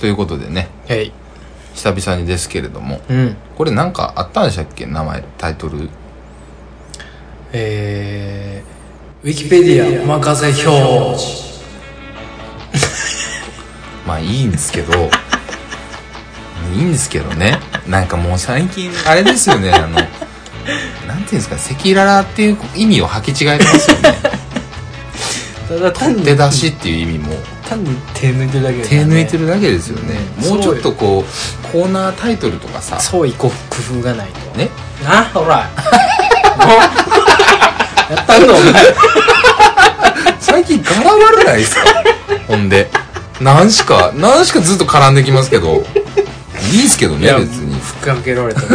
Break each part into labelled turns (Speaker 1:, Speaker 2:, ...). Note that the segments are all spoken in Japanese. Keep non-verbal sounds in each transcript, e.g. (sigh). Speaker 1: ということでね
Speaker 2: はい
Speaker 1: 久々にですけれども
Speaker 2: うん
Speaker 1: これなんかあったんでしたっけ名前タイトル
Speaker 2: えー、ウィキペディアお任せ表示
Speaker 1: まあいいんですけどいいんですけどねなんかもう最近あれですよねあのなんていうんですか赤裸々っていう意味を履き違えてますよね
Speaker 2: (laughs) ただ単に
Speaker 1: 出だしっていう意味も
Speaker 2: 単に手抜いてるだけだ
Speaker 1: 手
Speaker 2: からね
Speaker 1: 抜いてるだけですよね
Speaker 2: うん
Speaker 1: もうちょっとこうコーナータイトルとかさ
Speaker 2: そういこう工夫がないと
Speaker 1: ね
Speaker 2: なほ (laughs) らやったんのお前
Speaker 1: 最近柄悪ないですかほんで何しか何しかずっと絡んできますけどいいですけど
Speaker 2: い
Speaker 1: ね
Speaker 2: や
Speaker 1: 別に
Speaker 2: ふっかけられた
Speaker 1: (laughs)
Speaker 2: か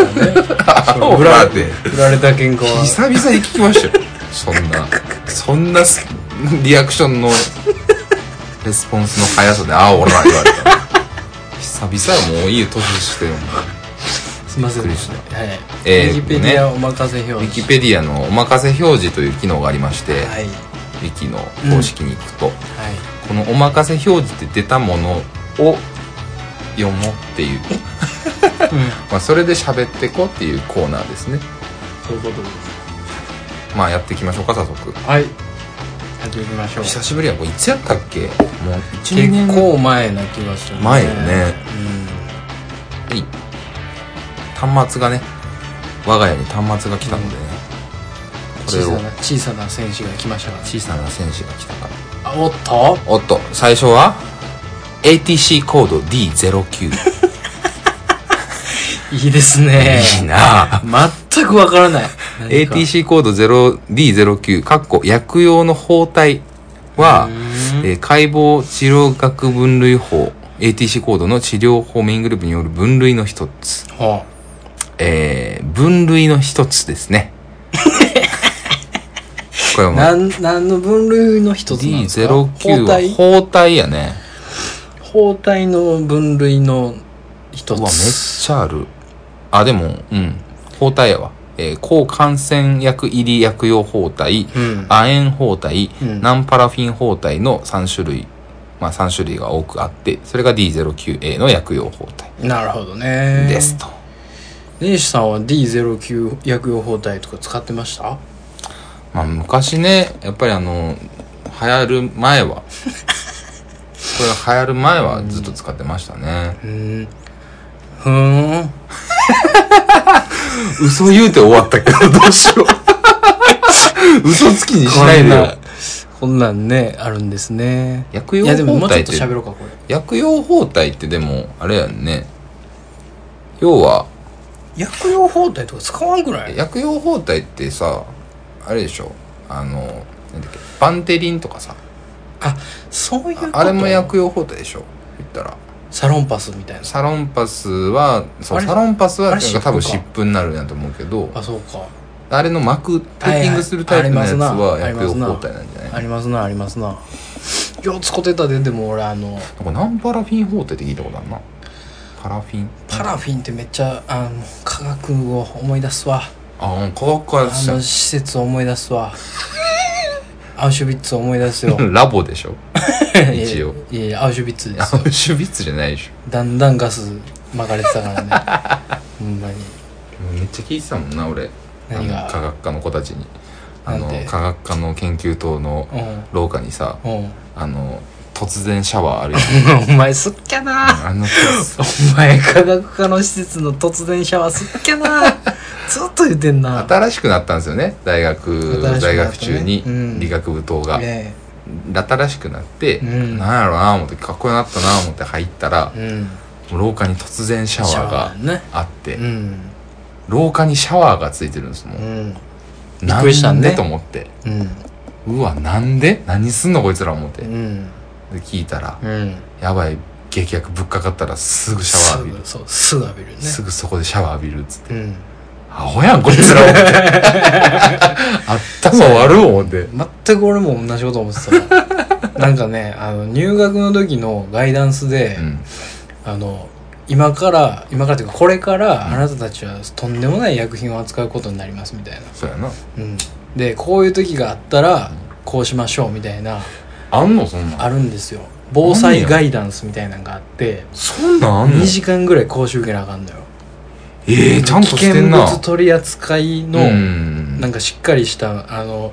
Speaker 2: らね
Speaker 1: ほ
Speaker 2: 振ら
Speaker 1: らっ
Speaker 2: れ
Speaker 1: て
Speaker 2: 振られた喧嘩は
Speaker 1: 久々に聞きましたよそんなそんなすリアクションのレスポンスの速さで「ああ俺ら」言われた久々はもういい年しても
Speaker 2: すいません
Speaker 1: びっく
Speaker 2: で
Speaker 1: り
Speaker 2: し
Speaker 1: した
Speaker 2: はい
Speaker 1: えー
Speaker 2: ウィキペディアお任せ表
Speaker 1: ウィキペディアのお任せ表示という機能がありまして、
Speaker 2: はい
Speaker 1: ウィキの公式に行くと、
Speaker 2: はい
Speaker 1: この「お任せ表示」って出たものを読もうっていう、まあ、それで喋ってこうっていうコーナーですね
Speaker 2: そういうことです
Speaker 1: まあやっていきましょうか早速
Speaker 2: はいやっていきましょう
Speaker 1: 久しぶりやこれいつやったっけもう1年
Speaker 2: 結構前な気がする
Speaker 1: 前よねに端末がね我が家に端末が来たのでね、
Speaker 2: うん
Speaker 1: これ
Speaker 2: 小
Speaker 1: を
Speaker 2: さな小さな選手が来ましたから
Speaker 1: 小さな戦士が来たから
Speaker 2: あおっと
Speaker 1: おっと最初は ATC コード D09
Speaker 2: いいですね
Speaker 1: いいなあ
Speaker 2: 全くわか
Speaker 1: (laughs)
Speaker 2: らない何か
Speaker 1: ATC コード 0- D09 かっこ薬用の包帯は、えー解剖治療学分類法 ATC コードの治療法メイングループによる分類の一つ
Speaker 2: ほ
Speaker 1: えー、分類の一つですね
Speaker 2: (laughs)
Speaker 1: これは
Speaker 2: う
Speaker 1: もう
Speaker 2: なん何の分類の一つなんですか
Speaker 1: D09
Speaker 2: 包
Speaker 1: は
Speaker 2: 帯
Speaker 1: 包帯やね
Speaker 2: 包帯の分類の一
Speaker 1: うわめっ
Speaker 2: つ
Speaker 1: ちゃあるあでもうん包帯やわ、えー抗感染薬入り薬用包帯、
Speaker 2: うん
Speaker 1: 亜鉛包帯、
Speaker 2: うん
Speaker 1: ナンパラフィン包帯の3種類まあ3種類が多くあってそれが D09A の薬用包帯
Speaker 2: なるほどね
Speaker 1: ですと、
Speaker 2: 根岸さんは D09 薬用包帯とか使ってました
Speaker 1: まあ昔ねやっぱりあの流行る前
Speaker 2: (laughs)
Speaker 1: はこれが流行る前はずっと使ってましたね、
Speaker 2: うんふーん
Speaker 1: 嘘言うて終わったけどどうし
Speaker 2: (laughs)
Speaker 1: よう嘘つきにしないで
Speaker 2: こん
Speaker 1: よ
Speaker 2: なこんなんねあるんですね
Speaker 1: 薬
Speaker 2: い
Speaker 1: 用
Speaker 2: やでも
Speaker 1: 包
Speaker 2: もうち
Speaker 1: 帯
Speaker 2: ょ
Speaker 1: っ
Speaker 2: っと
Speaker 1: て
Speaker 2: 喋ろうかこれ
Speaker 1: 薬用包帯ってでもあれやんね要は
Speaker 2: 薬用包帯とか使わんくない
Speaker 1: 薬用包帯ってさあれでしょあのなんだっけバンテリンとかさ
Speaker 2: あそういうこと
Speaker 1: あれも薬用包帯でしょ言ったら
Speaker 2: サロンパスみたいな
Speaker 1: サロンパスはそう
Speaker 2: あれ
Speaker 1: サロンパスは
Speaker 2: あ
Speaker 1: なん
Speaker 2: れ
Speaker 1: か多分
Speaker 2: 湿布
Speaker 1: 湿
Speaker 2: か
Speaker 1: 布になるんやと思うけど
Speaker 2: あそうか
Speaker 1: あれの膜テーピングするタイプのやつは薬用包帯なんじゃない
Speaker 2: ありますなありますなよう使ってたででも俺あの
Speaker 1: なんかナンパラフィン包帯って聞いたことあるなパラフィン
Speaker 2: パラフィンってめっちゃあの科学を思い出すわ
Speaker 1: あうん化学開
Speaker 2: あ
Speaker 1: 発
Speaker 2: の
Speaker 1: し
Speaker 2: 施設を思い出す (laughs) わアウシュビッツを思い出す (laughs) よ
Speaker 1: たラボでしょ一応
Speaker 2: いやいやアウシュビッツで
Speaker 1: ア
Speaker 2: すよ (laughs)
Speaker 1: ウシュビッツじゃないでしょ
Speaker 2: だんだんガス巻かれてたからね (laughs) ほんまに
Speaker 1: めっちゃ聞いてたもんな俺あ
Speaker 2: 何が
Speaker 1: の科学科の子たちにあの
Speaker 2: なんて
Speaker 1: 科学科の研究棟の
Speaker 2: うん
Speaker 1: 廊下にさ
Speaker 2: うん
Speaker 1: あの突然シャワーあるやん
Speaker 2: お前すっきゃな
Speaker 1: あの
Speaker 2: お前科学科の施設の突然シャワーすっきゃ (laughs) なずっと言ってんな
Speaker 1: 新しくなったんですよね大学、
Speaker 2: 新しくなったね
Speaker 1: 大学中に
Speaker 2: うん
Speaker 1: 理学部棟が、
Speaker 2: ね
Speaker 1: 新しくなって、
Speaker 2: うん
Speaker 1: なんやろうな思ってかっこよなったな思って入ったら
Speaker 2: え、うん
Speaker 1: 廊下に突然シャワーが
Speaker 2: ね
Speaker 1: あって、
Speaker 2: うん
Speaker 1: 廊下にシャワーがついてるんですもん、
Speaker 2: うんびっ
Speaker 1: なん
Speaker 2: くりしたね
Speaker 1: でと思って
Speaker 2: うん
Speaker 1: うわなんで何すんのこいつら思って、
Speaker 2: う
Speaker 1: で
Speaker 2: ん
Speaker 1: 聞いたら、
Speaker 2: うん
Speaker 1: やばい劇薬ぶっかかったらすぐシャワー浴びる
Speaker 2: すぐそうすぐ浴びるね
Speaker 1: すぐそこでシャワー浴びるっつって
Speaker 2: うん
Speaker 1: アホやんこいつら思
Speaker 2: (laughs)
Speaker 1: って頭悪い思って
Speaker 2: 全く俺も同じこと思ってたわなんかねあの入学の時のガイダンスで、
Speaker 1: うん
Speaker 2: あの今から今からっていうかこれからあなたたちはとんでもない薬品を扱うことになりますみたいな、
Speaker 1: そうやな
Speaker 2: うん、でこういう時があったらこうしましょうみたいな
Speaker 1: あんのそんなん
Speaker 2: あるんですよ防災ガイダンスみたいなのがあって
Speaker 1: そんなんあん
Speaker 2: 2
Speaker 1: の
Speaker 2: 時間ぐらい講習受けなあかんのよ
Speaker 1: ええちゃんとしてんな
Speaker 2: 危険物取り扱いの、
Speaker 1: うん
Speaker 2: なんかしっかりしたあの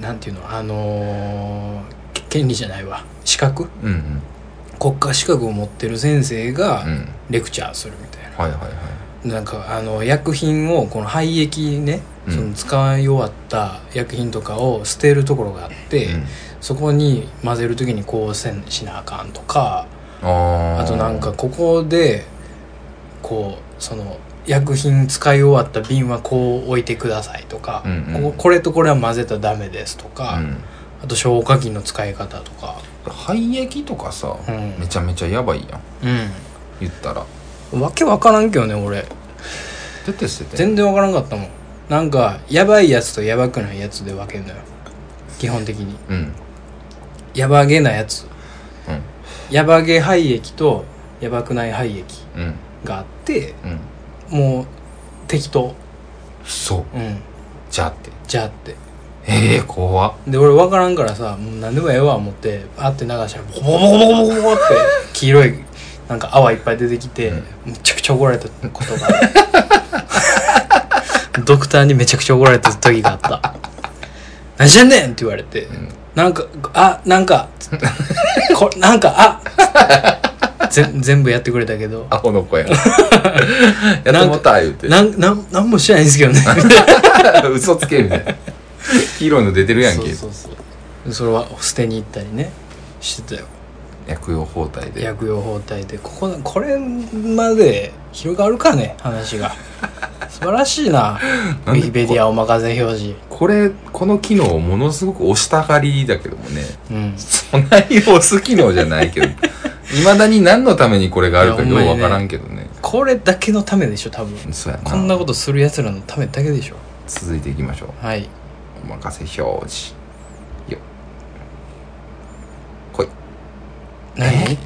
Speaker 2: なんていうのあのー権利じゃないわ資格
Speaker 1: うんうん
Speaker 2: 国家資格を持ってる先生が
Speaker 1: うん
Speaker 2: レクチャーするみたいな
Speaker 1: はいはいはい
Speaker 2: なんかあの薬品をこの廃液ね、
Speaker 1: うん
Speaker 2: その使い終わった薬品とかを捨てるところがあって、
Speaker 1: うん
Speaker 2: そこに混ぜる時にこうせんしなあかんとか
Speaker 1: あー
Speaker 2: あとなんかここでこうその薬品使い終わった瓶はこう置いてくださいとか、
Speaker 1: うんうん
Speaker 2: こここれとこれは混ぜたらダメですとか、
Speaker 1: うん
Speaker 2: あと消火器の使い方とか、
Speaker 1: 廃液とかさ
Speaker 2: う
Speaker 1: め
Speaker 2: ん
Speaker 1: ちゃめちゃやばいやん言ったら
Speaker 2: うん、わけわからんけどね俺
Speaker 1: 出て捨てて
Speaker 2: 全然わからんかったもんなんかやばいやつとやばくないやつで分けんのよ基本的に
Speaker 1: うん
Speaker 2: やばげなやつ
Speaker 1: うん
Speaker 2: やばげ廃液とやばくない廃液
Speaker 1: うん
Speaker 2: があって
Speaker 1: うん
Speaker 2: もう適当
Speaker 1: そう
Speaker 2: うん
Speaker 1: じゃあって
Speaker 2: じゃあって
Speaker 1: ええ怖っ
Speaker 2: で俺分からんからさもう何でもええわ思ってあって流したらボコボコボコボコボコって (laughs) 黄色いなんか泡いっぱい出てきて、めちゃくちゃ怒られたことがある (laughs) ドクターにめちゃくちゃ怒られた時があった「何してんねん!」って言われて「
Speaker 1: ん
Speaker 2: なんかあな
Speaker 1: (laughs)
Speaker 2: んか」つって「こなんかあぜ全部やってくれたけど
Speaker 1: アホの子や (laughs) なやってもうた言うて
Speaker 2: なんなんなんもしてないんですけどね
Speaker 1: 嘘つけみたいな黄色いの出てるやんけ
Speaker 2: (laughs) そうそうそうそれは捨てに行ったりねしてたよ
Speaker 1: 薬用包帯で
Speaker 2: 薬用包帯でこここれまで広がるかね話 (laughs) が素晴らしいなウ
Speaker 1: なん
Speaker 2: ィ
Speaker 1: で
Speaker 2: キペディアお任せ表示
Speaker 1: これこの機能をものすごく押したがりだけどもね
Speaker 2: うん
Speaker 1: 備えを押す機能じゃないけどいまだに何のためにこれがあるかようわからんけどね
Speaker 2: これだけのためでしょ多分
Speaker 1: そうやな
Speaker 2: こんなことするやつらのためだけでしょ
Speaker 1: 続いていきましょう
Speaker 2: はい
Speaker 1: お任せ表示よこい
Speaker 2: 何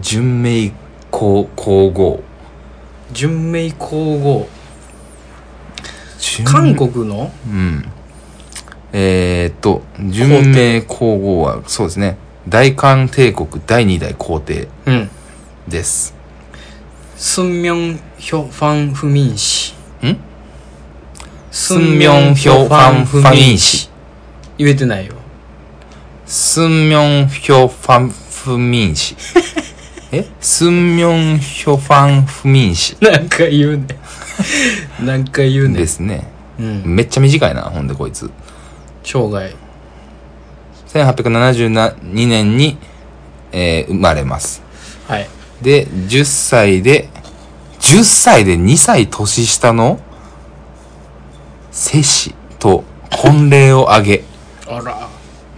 Speaker 1: 純明皇皇后
Speaker 2: 純明皇
Speaker 1: 純
Speaker 2: 后韓国の
Speaker 1: うんえー、っと純明皇后はそうですね大韓帝国第2代皇帝
Speaker 2: うん
Speaker 1: です
Speaker 2: スンミョンヒョファンフミン氏
Speaker 1: ん
Speaker 2: スンミョンヒョファンフミン氏言えてないよ
Speaker 1: スンミョンヒョファンフミン
Speaker 2: (laughs)
Speaker 1: 氏えスンミョンヒョファンフミン氏
Speaker 2: なんか言うねなんか言うね
Speaker 1: ですね
Speaker 2: うん
Speaker 1: めっちゃ短いなほんでこいつ
Speaker 2: 生涯
Speaker 1: 1872年に、えー生まれます
Speaker 2: はい
Speaker 1: で10歳で10歳で2歳年下の世子と婚礼を挙げ
Speaker 2: あら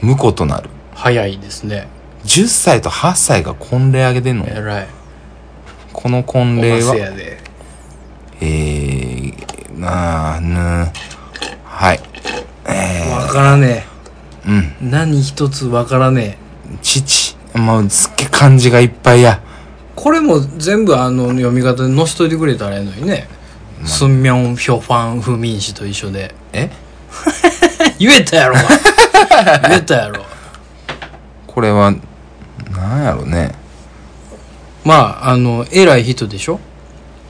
Speaker 1: 婿となる
Speaker 2: 早いですね
Speaker 1: 10歳と8歳が婚礼挙げてんの
Speaker 2: えらい
Speaker 1: この婚
Speaker 2: お
Speaker 1: 礼
Speaker 2: ま
Speaker 1: は
Speaker 2: せやで
Speaker 1: えー、なあぬはい
Speaker 2: わからね
Speaker 1: うん
Speaker 2: え何一つわからねえ
Speaker 1: 父もうすっげえ漢字がいっぱいや
Speaker 2: これも全部あの読み方で載せといてくれたらええのにねスンミョンヒョファンフミン氏と一緒で
Speaker 1: え
Speaker 2: 言えたやろお
Speaker 1: (laughs)
Speaker 2: 前言えたやろ
Speaker 1: これはなんやろね
Speaker 2: まああの偉い人でしょ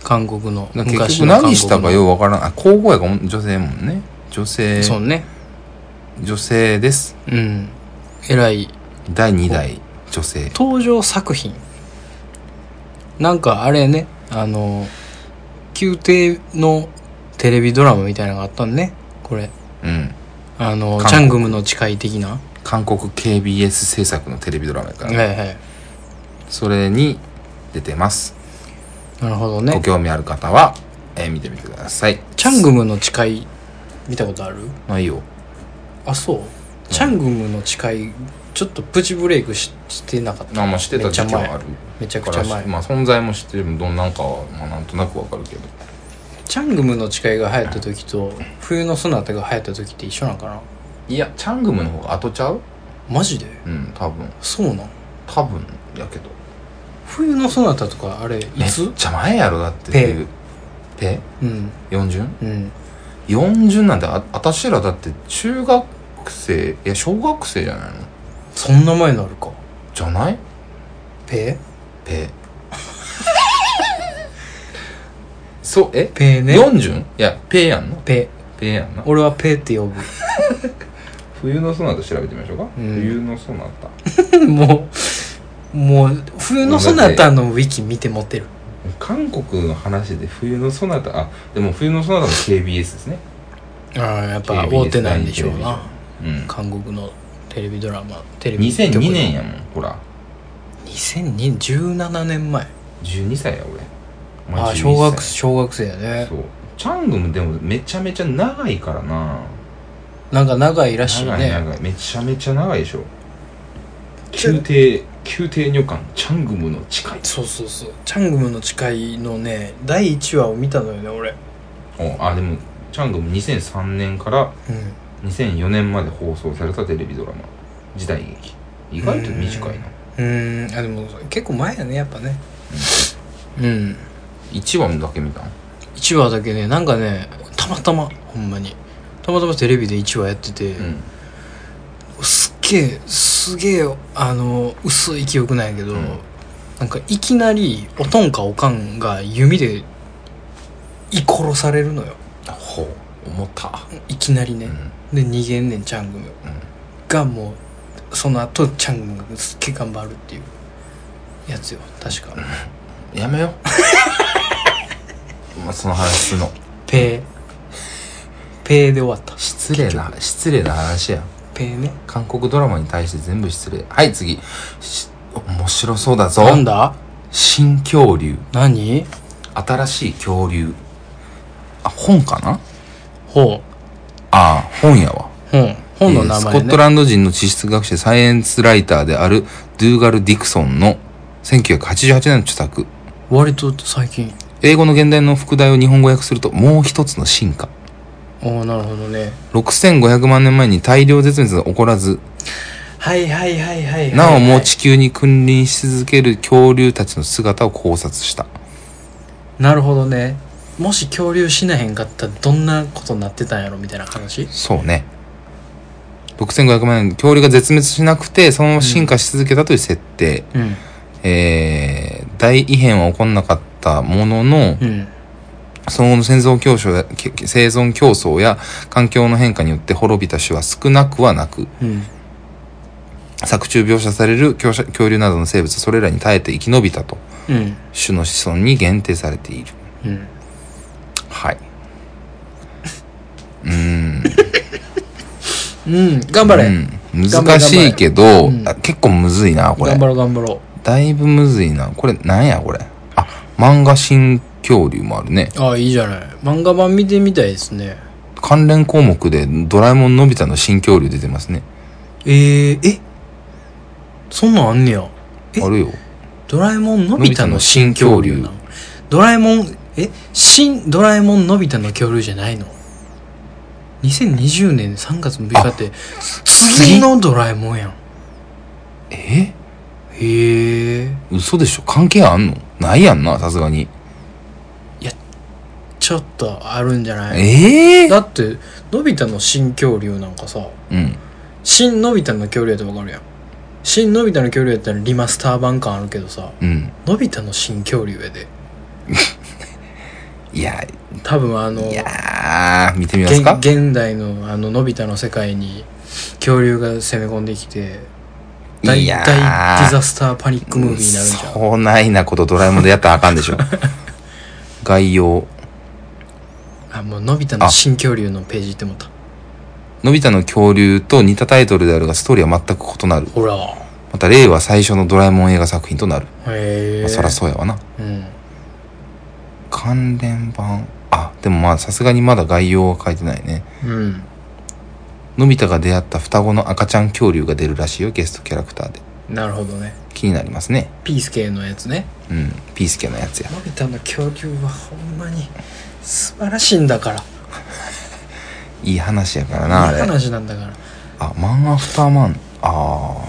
Speaker 2: 韓国の
Speaker 1: だから結
Speaker 2: 昔
Speaker 1: 局
Speaker 2: の韓国の
Speaker 1: 何したかようわからんあ皇后やから女性もんね女性
Speaker 2: そうね
Speaker 1: 女性です
Speaker 2: うん偉い
Speaker 1: 第2代女性
Speaker 2: 登場作品なんかあれねあの宮廷のテレビドラマみたいなのがあったんねこれ
Speaker 1: うん
Speaker 2: あ
Speaker 1: 韓
Speaker 2: の
Speaker 1: 国
Speaker 2: チャングムの誓い的な
Speaker 1: 韓国 KBS 制作のテレビドラマやか
Speaker 2: はい
Speaker 1: ら、
Speaker 2: はい
Speaker 1: それに出てます
Speaker 2: なるほど
Speaker 1: ご
Speaker 2: ね
Speaker 1: 興味ある方は、えー見てみてください
Speaker 2: チャングムの誓い見たことある
Speaker 1: まあいいよ
Speaker 2: あそうチャングムの誓いちょっとプチブレイクししてなかった
Speaker 1: あまあしてた
Speaker 2: めっちゃ
Speaker 1: 時期はあ
Speaker 2: 前
Speaker 1: る
Speaker 2: めちゃく
Speaker 1: か
Speaker 2: ちゃ
Speaker 1: ら
Speaker 2: 前
Speaker 1: まあ存在も知ってるどんなんかは、まあ、なんとなくわかるけど
Speaker 2: チャングムの誓いが流行った時と冬のソナタが流行った時って一緒なんかない
Speaker 1: やチャングムの方が後ちゃう
Speaker 2: マジで
Speaker 1: うん多分
Speaker 2: そうなん
Speaker 1: 多分やけど
Speaker 2: 冬のソナタとかあれい
Speaker 1: めっ
Speaker 2: つ
Speaker 1: ちゃ前やろだって
Speaker 2: ペ
Speaker 1: ペ
Speaker 2: うん
Speaker 1: 4巡
Speaker 2: うん
Speaker 1: 4巡なんてあ私らだって中学生いや小学生じゃないの
Speaker 2: そんな前になるか
Speaker 1: じゃない
Speaker 2: ペ
Speaker 1: (laughs) ペそうえ
Speaker 2: ペね
Speaker 1: 四順いやペやんの
Speaker 2: ペ
Speaker 1: ペやんな
Speaker 2: 俺はペって呼ぶ (laughs)
Speaker 1: 冬のソナタ調べてみましょうか、
Speaker 2: うん
Speaker 1: 冬のソナタ
Speaker 2: もうもう冬のそなたのウィキ見て持ってる
Speaker 1: 韓国の話で冬のソナタあでも冬のソナタも KBS ですね
Speaker 2: ああやっぱ大手なんでしょうな
Speaker 1: うん
Speaker 2: 韓国のテレビドラマテレビ局の
Speaker 1: 2002年やもんほら
Speaker 2: 2002 17年前
Speaker 1: 12歳や俺お前
Speaker 2: ああ
Speaker 1: 11
Speaker 2: 小学
Speaker 1: 歳
Speaker 2: 小学生やね
Speaker 1: そうチャングムでもめちゃめちゃ長いからな
Speaker 2: なんか長いらしい
Speaker 1: 長い
Speaker 2: ね
Speaker 1: 長いめちゃめちゃ長いでしょ宮廷宮廷女官チャングムの誓い
Speaker 2: そうそうそうチャングムの誓いのね第1話を見たのよね俺
Speaker 1: おあでもチャングム2003年から
Speaker 2: うん
Speaker 1: 2004年まで放送されたテレビドラマ時代劇意外と短いな
Speaker 2: うーんあでも結構前やねやっぱねうん
Speaker 1: 1話だけ見たん
Speaker 2: 1話だけねなんかねたまたまほんまにたまたまテレビで1話やってて、
Speaker 1: うん
Speaker 2: すっげえすげえあの薄い記憶なんやけど、
Speaker 1: うん
Speaker 2: なんかいきなりおとんかおかんが弓でい殺されるのよ
Speaker 1: ほう思った
Speaker 2: いきなり
Speaker 1: う
Speaker 2: ね、
Speaker 1: ん
Speaker 2: で逃げんねんチャングムがもうその後チャングムがすっげえ頑張るっていうやつよ確か
Speaker 1: うんやめよう (laughs) まあその話すの
Speaker 2: ペーペーで終わった
Speaker 1: 失礼な失礼な話や
Speaker 2: ペーね
Speaker 1: 韓国ドラマに対して全部失礼はい次し面白そうだぞ
Speaker 2: なんだ
Speaker 1: 新恐竜
Speaker 2: 何
Speaker 1: 新しい恐竜あ本かな
Speaker 2: ほう
Speaker 1: ああ本やわ
Speaker 2: 本本の名
Speaker 1: えース
Speaker 2: 前
Speaker 1: コット
Speaker 2: ね、
Speaker 1: ランド人の地質学者サイエンスライターであるドゥーガル・ディクソンの1988年の著作
Speaker 2: 割と最近
Speaker 1: 英語の現代の副題を日本語訳するともう一つの進化
Speaker 2: おおなるほどね
Speaker 1: 6500万年前に大量絶滅が起こらず
Speaker 2: はいはいはいはいはい
Speaker 1: なおも地球に君臨し続ける恐竜たちの姿を考察した
Speaker 2: なるほどねもし恐竜しなへんかったらどんなことになってたんやろみたいな話
Speaker 1: そうね6500万年恐竜が絶滅しなくてそのまま進化し続けたという設定、
Speaker 2: うん
Speaker 1: えー、大異変は起こんなかったものの、
Speaker 2: うん
Speaker 1: その後の生存競争やけ生存競争や環境の変化によって滅びた種は少なくはなく
Speaker 2: うん
Speaker 1: 作中描写される恐恐竜などの生物それらに耐えて生き延びたと
Speaker 2: うん
Speaker 1: 種の子孫に限定されている
Speaker 2: うん
Speaker 1: はい。うーん。
Speaker 2: うん頑張れ、
Speaker 1: うん
Speaker 2: 頑張れ
Speaker 1: 難しいけど、
Speaker 2: うん
Speaker 1: あ結構むずいな、これ
Speaker 2: 頑張。ろう頑張ろ
Speaker 1: だいぶむずいな。これ、なんや、これ。あ、漫画新恐竜もあるね。
Speaker 2: うああいいじゃない漫画版見てみたいですね
Speaker 1: 関連項目で、ドラえもんのび太の新恐竜出てますね。
Speaker 2: えー、えそんなんあんねやえ
Speaker 1: あるよ。
Speaker 2: ドラえもんのび太の新恐竜な
Speaker 1: の
Speaker 2: のドラえもんえ新ドラえもんのび太の恐竜じゃないの2020年3月6日って次のドラえもんやん
Speaker 1: え
Speaker 2: へえ
Speaker 1: 嘘でしょ関係あんのないやんな、さすがに。
Speaker 2: ちょっとあるんじゃない
Speaker 1: ええ
Speaker 2: だってのび太の新恐竜なんかさ
Speaker 1: うん。
Speaker 2: 新のび太の恐竜やったらわかるやん新のび太の恐竜やったらリマスター版感あるけどさ
Speaker 1: うん。
Speaker 2: のび太の新恐竜やで
Speaker 1: いや、
Speaker 2: 多分あの
Speaker 1: いやー、見てみます
Speaker 2: 現
Speaker 1: か
Speaker 2: 現代のあののび太の世界に恐竜が攻め込んできて大
Speaker 1: いやー
Speaker 2: 大ディザスターパニックムービーになるんじゃん、
Speaker 1: そうないなことドラえもんでやったらあかんでし
Speaker 2: (laughs)
Speaker 1: ょ概要
Speaker 2: あもうのび太の新恐竜のページ行ってもうた
Speaker 1: のび太の恐竜と似たタイトルであるがストーリーは全く異なる
Speaker 2: ほら
Speaker 1: また令和最初のドラえもん映画作品となる、ま
Speaker 2: へえ
Speaker 1: あ、そらそうやわな
Speaker 2: うん
Speaker 1: 関連版あでもまあさすがにまだ概要は書いてないね
Speaker 2: うん
Speaker 1: のび太が出会った双子の赤ちゃん恐竜が出るらしいよゲストキャラクターで
Speaker 2: なるほどね
Speaker 1: 気になりますね
Speaker 2: ピース系のやつね
Speaker 1: うんピースケのやつや
Speaker 2: のび太の恐竜はほんまに素晴らしいんだから
Speaker 1: いい話やからなあ
Speaker 2: いい
Speaker 1: れ
Speaker 2: 話なんだから
Speaker 1: あマンアフターマンあ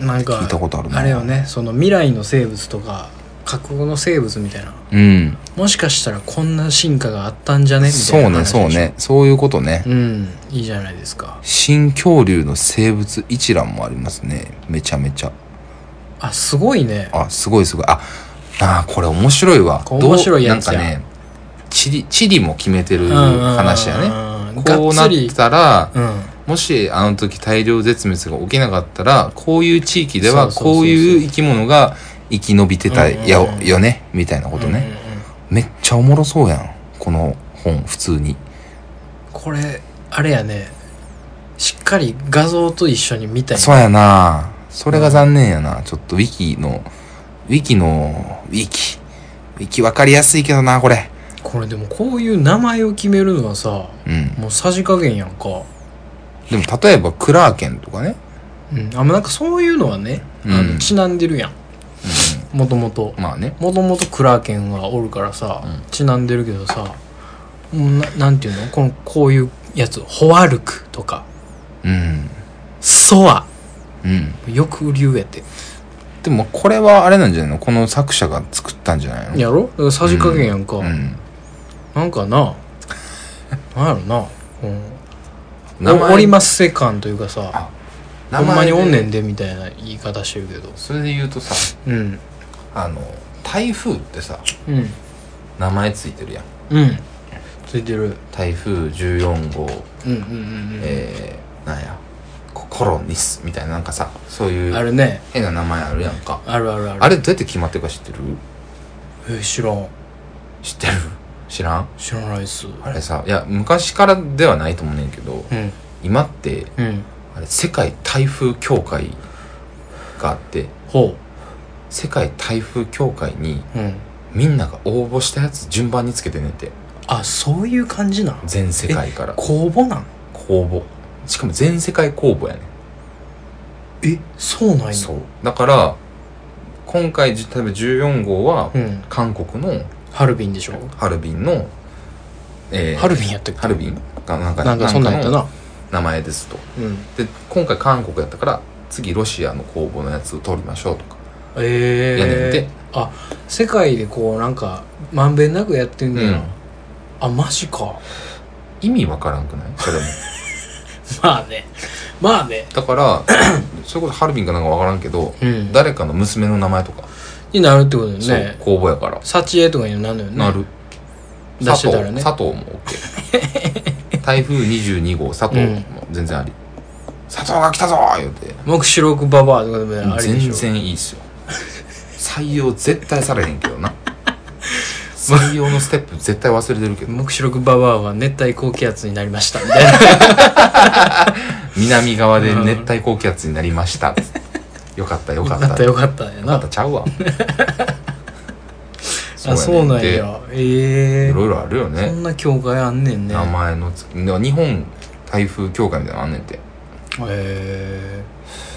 Speaker 2: なんか
Speaker 1: 聞いたことあるな
Speaker 2: あれよねその未来の生物とか架空の生物みたいな
Speaker 1: ーうん
Speaker 2: もしかしたらこんな進化があったんじゃねみ
Speaker 1: そ
Speaker 2: たいうな
Speaker 1: ね
Speaker 2: 話でしょ
Speaker 1: そうねそういうことね
Speaker 2: うんいいじゃないですか
Speaker 1: 新恐竜の生物一覧もありますねめちゃめちゃ
Speaker 2: あすごいね
Speaker 1: あすごいすごいああーこれ面白いわ
Speaker 2: これ面白いやつや
Speaker 1: どうなんかね地理地理も決めてる
Speaker 2: うん
Speaker 1: 話やね
Speaker 2: ね
Speaker 1: こうなったら
Speaker 2: うん
Speaker 1: もしあの時大量絶滅が起きなかったらこういう地域では
Speaker 2: そうそうそうそう
Speaker 1: こういう生き物が生き延びてたや
Speaker 2: うんうんうん
Speaker 1: よねみたいなこと
Speaker 2: うんうん
Speaker 1: ね
Speaker 2: うん
Speaker 1: めっちゃおもろそうやんこの本普通に
Speaker 2: これあれやねしっかり画像と一緒に見たいね
Speaker 1: そうやなそれが残念やなちょっとウィキのウィキのウィキウィキ分かりやすいけどなこれ
Speaker 2: これでもこういう名前を決めるのはさ
Speaker 1: うん
Speaker 2: もうさじ加減やんか
Speaker 1: でも例えばクラーケンとかね
Speaker 2: うんあんまなんかそういうのはね、あ
Speaker 1: うん
Speaker 2: のちなんでるやんもともと
Speaker 1: まあね
Speaker 2: もともとクラーケンがおるからさ、
Speaker 1: うん
Speaker 2: ちなんでるけどさもうななんていうのこのこういうやつホアルクとか
Speaker 1: うん
Speaker 2: ソア
Speaker 1: うん
Speaker 2: よく流やって
Speaker 1: でもこれはあれなんじゃないのこの作者が作ったんじゃないの
Speaker 2: やろだからさじ加減やんか、
Speaker 1: うん
Speaker 2: なんかななんやろな、うん
Speaker 1: 名前
Speaker 2: おおりますせ感というかさ
Speaker 1: 名
Speaker 2: ほん
Speaker 1: 前で
Speaker 2: まにおんねんでみたいな言い方してるけど
Speaker 1: それで言うとさ
Speaker 2: うん
Speaker 1: あの台風ってさ
Speaker 2: うん
Speaker 1: 名前ついてるやん
Speaker 2: うんついてる
Speaker 1: 台風14号、
Speaker 2: うんうんうんうん
Speaker 1: えー、なんやココロニスみたいななんかさそうい
Speaker 2: あ
Speaker 1: う
Speaker 2: るね
Speaker 1: 変な名前あるやんか
Speaker 2: あるあるある
Speaker 1: あれどうやって決まってるか知ってる
Speaker 2: えー知らん
Speaker 1: 知ってる知らん
Speaker 2: 知らないっすう
Speaker 1: あれさいや昔からではないと思うねんけど
Speaker 2: ん
Speaker 1: 今って
Speaker 2: うん
Speaker 1: あれ世界台風協会があって
Speaker 2: ほ
Speaker 1: 世界台風協会に
Speaker 2: ううん
Speaker 1: みんなが応募したやつ順番につけてねんて
Speaker 2: あそういう感じなん
Speaker 1: 全世界から
Speaker 2: 公募なん
Speaker 1: 公募しかも全世界公募やね
Speaker 2: えそうなんや
Speaker 1: んそうだから今回じ例えば14号は
Speaker 2: うん
Speaker 1: 韓国の
Speaker 2: ハルビンでしょ
Speaker 1: ハルビンの、えー
Speaker 2: ハルビンやったっけ
Speaker 1: ハルビンがなんか
Speaker 2: なんかそんなんやった
Speaker 1: の
Speaker 2: な
Speaker 1: 名前ですと
Speaker 2: うん
Speaker 1: で今回韓国やったから次ロシアの公募のやつを取りましょうとか
Speaker 2: え
Speaker 1: やねん
Speaker 2: え
Speaker 1: て
Speaker 2: あ世界でこうなんかまんべんなくやってんだよ
Speaker 1: うん
Speaker 2: なあマジか
Speaker 1: (laughs) 意味わからんくない
Speaker 2: (laughs)
Speaker 1: それも
Speaker 2: まあねまあね
Speaker 1: だから
Speaker 2: (laughs)
Speaker 1: それこそハルビンかなんかわからんけど、
Speaker 2: うん
Speaker 1: 誰かの娘の名前とか、
Speaker 2: になるってことだ
Speaker 1: そ
Speaker 2: よ
Speaker 1: う
Speaker 2: ね
Speaker 1: 公募やから、
Speaker 2: サチエとかになるのよね
Speaker 1: なる
Speaker 2: 出して
Speaker 1: 佐
Speaker 2: たら
Speaker 1: 藤
Speaker 2: ね
Speaker 1: 佐藤も OK
Speaker 2: (laughs)
Speaker 1: 台風22号佐藤も全然あり、佐藤が来たぞー言うて
Speaker 2: 目視録ババアとかでもありでし
Speaker 1: 全
Speaker 2: ょ
Speaker 1: 然いいっ
Speaker 2: (laughs)
Speaker 1: すよ採用絶対されへんけどな採用のステップ絶対忘れてるけど
Speaker 2: 目視録ババアは熱帯高気圧になりましたみたいな
Speaker 1: 南側で熱帯高気圧になりました、よかったよか (laughs)
Speaker 2: よ
Speaker 1: った
Speaker 2: かったよかったや
Speaker 1: よか
Speaker 2: な
Speaker 1: ったちゃうわ
Speaker 2: (laughs) あそうなん
Speaker 1: で
Speaker 2: やええ
Speaker 1: いろいろあるよ
Speaker 2: そ
Speaker 1: ね
Speaker 2: んな教会あんねんね
Speaker 1: 名前のつで日本台風協会みたいなのあんねんて
Speaker 2: へ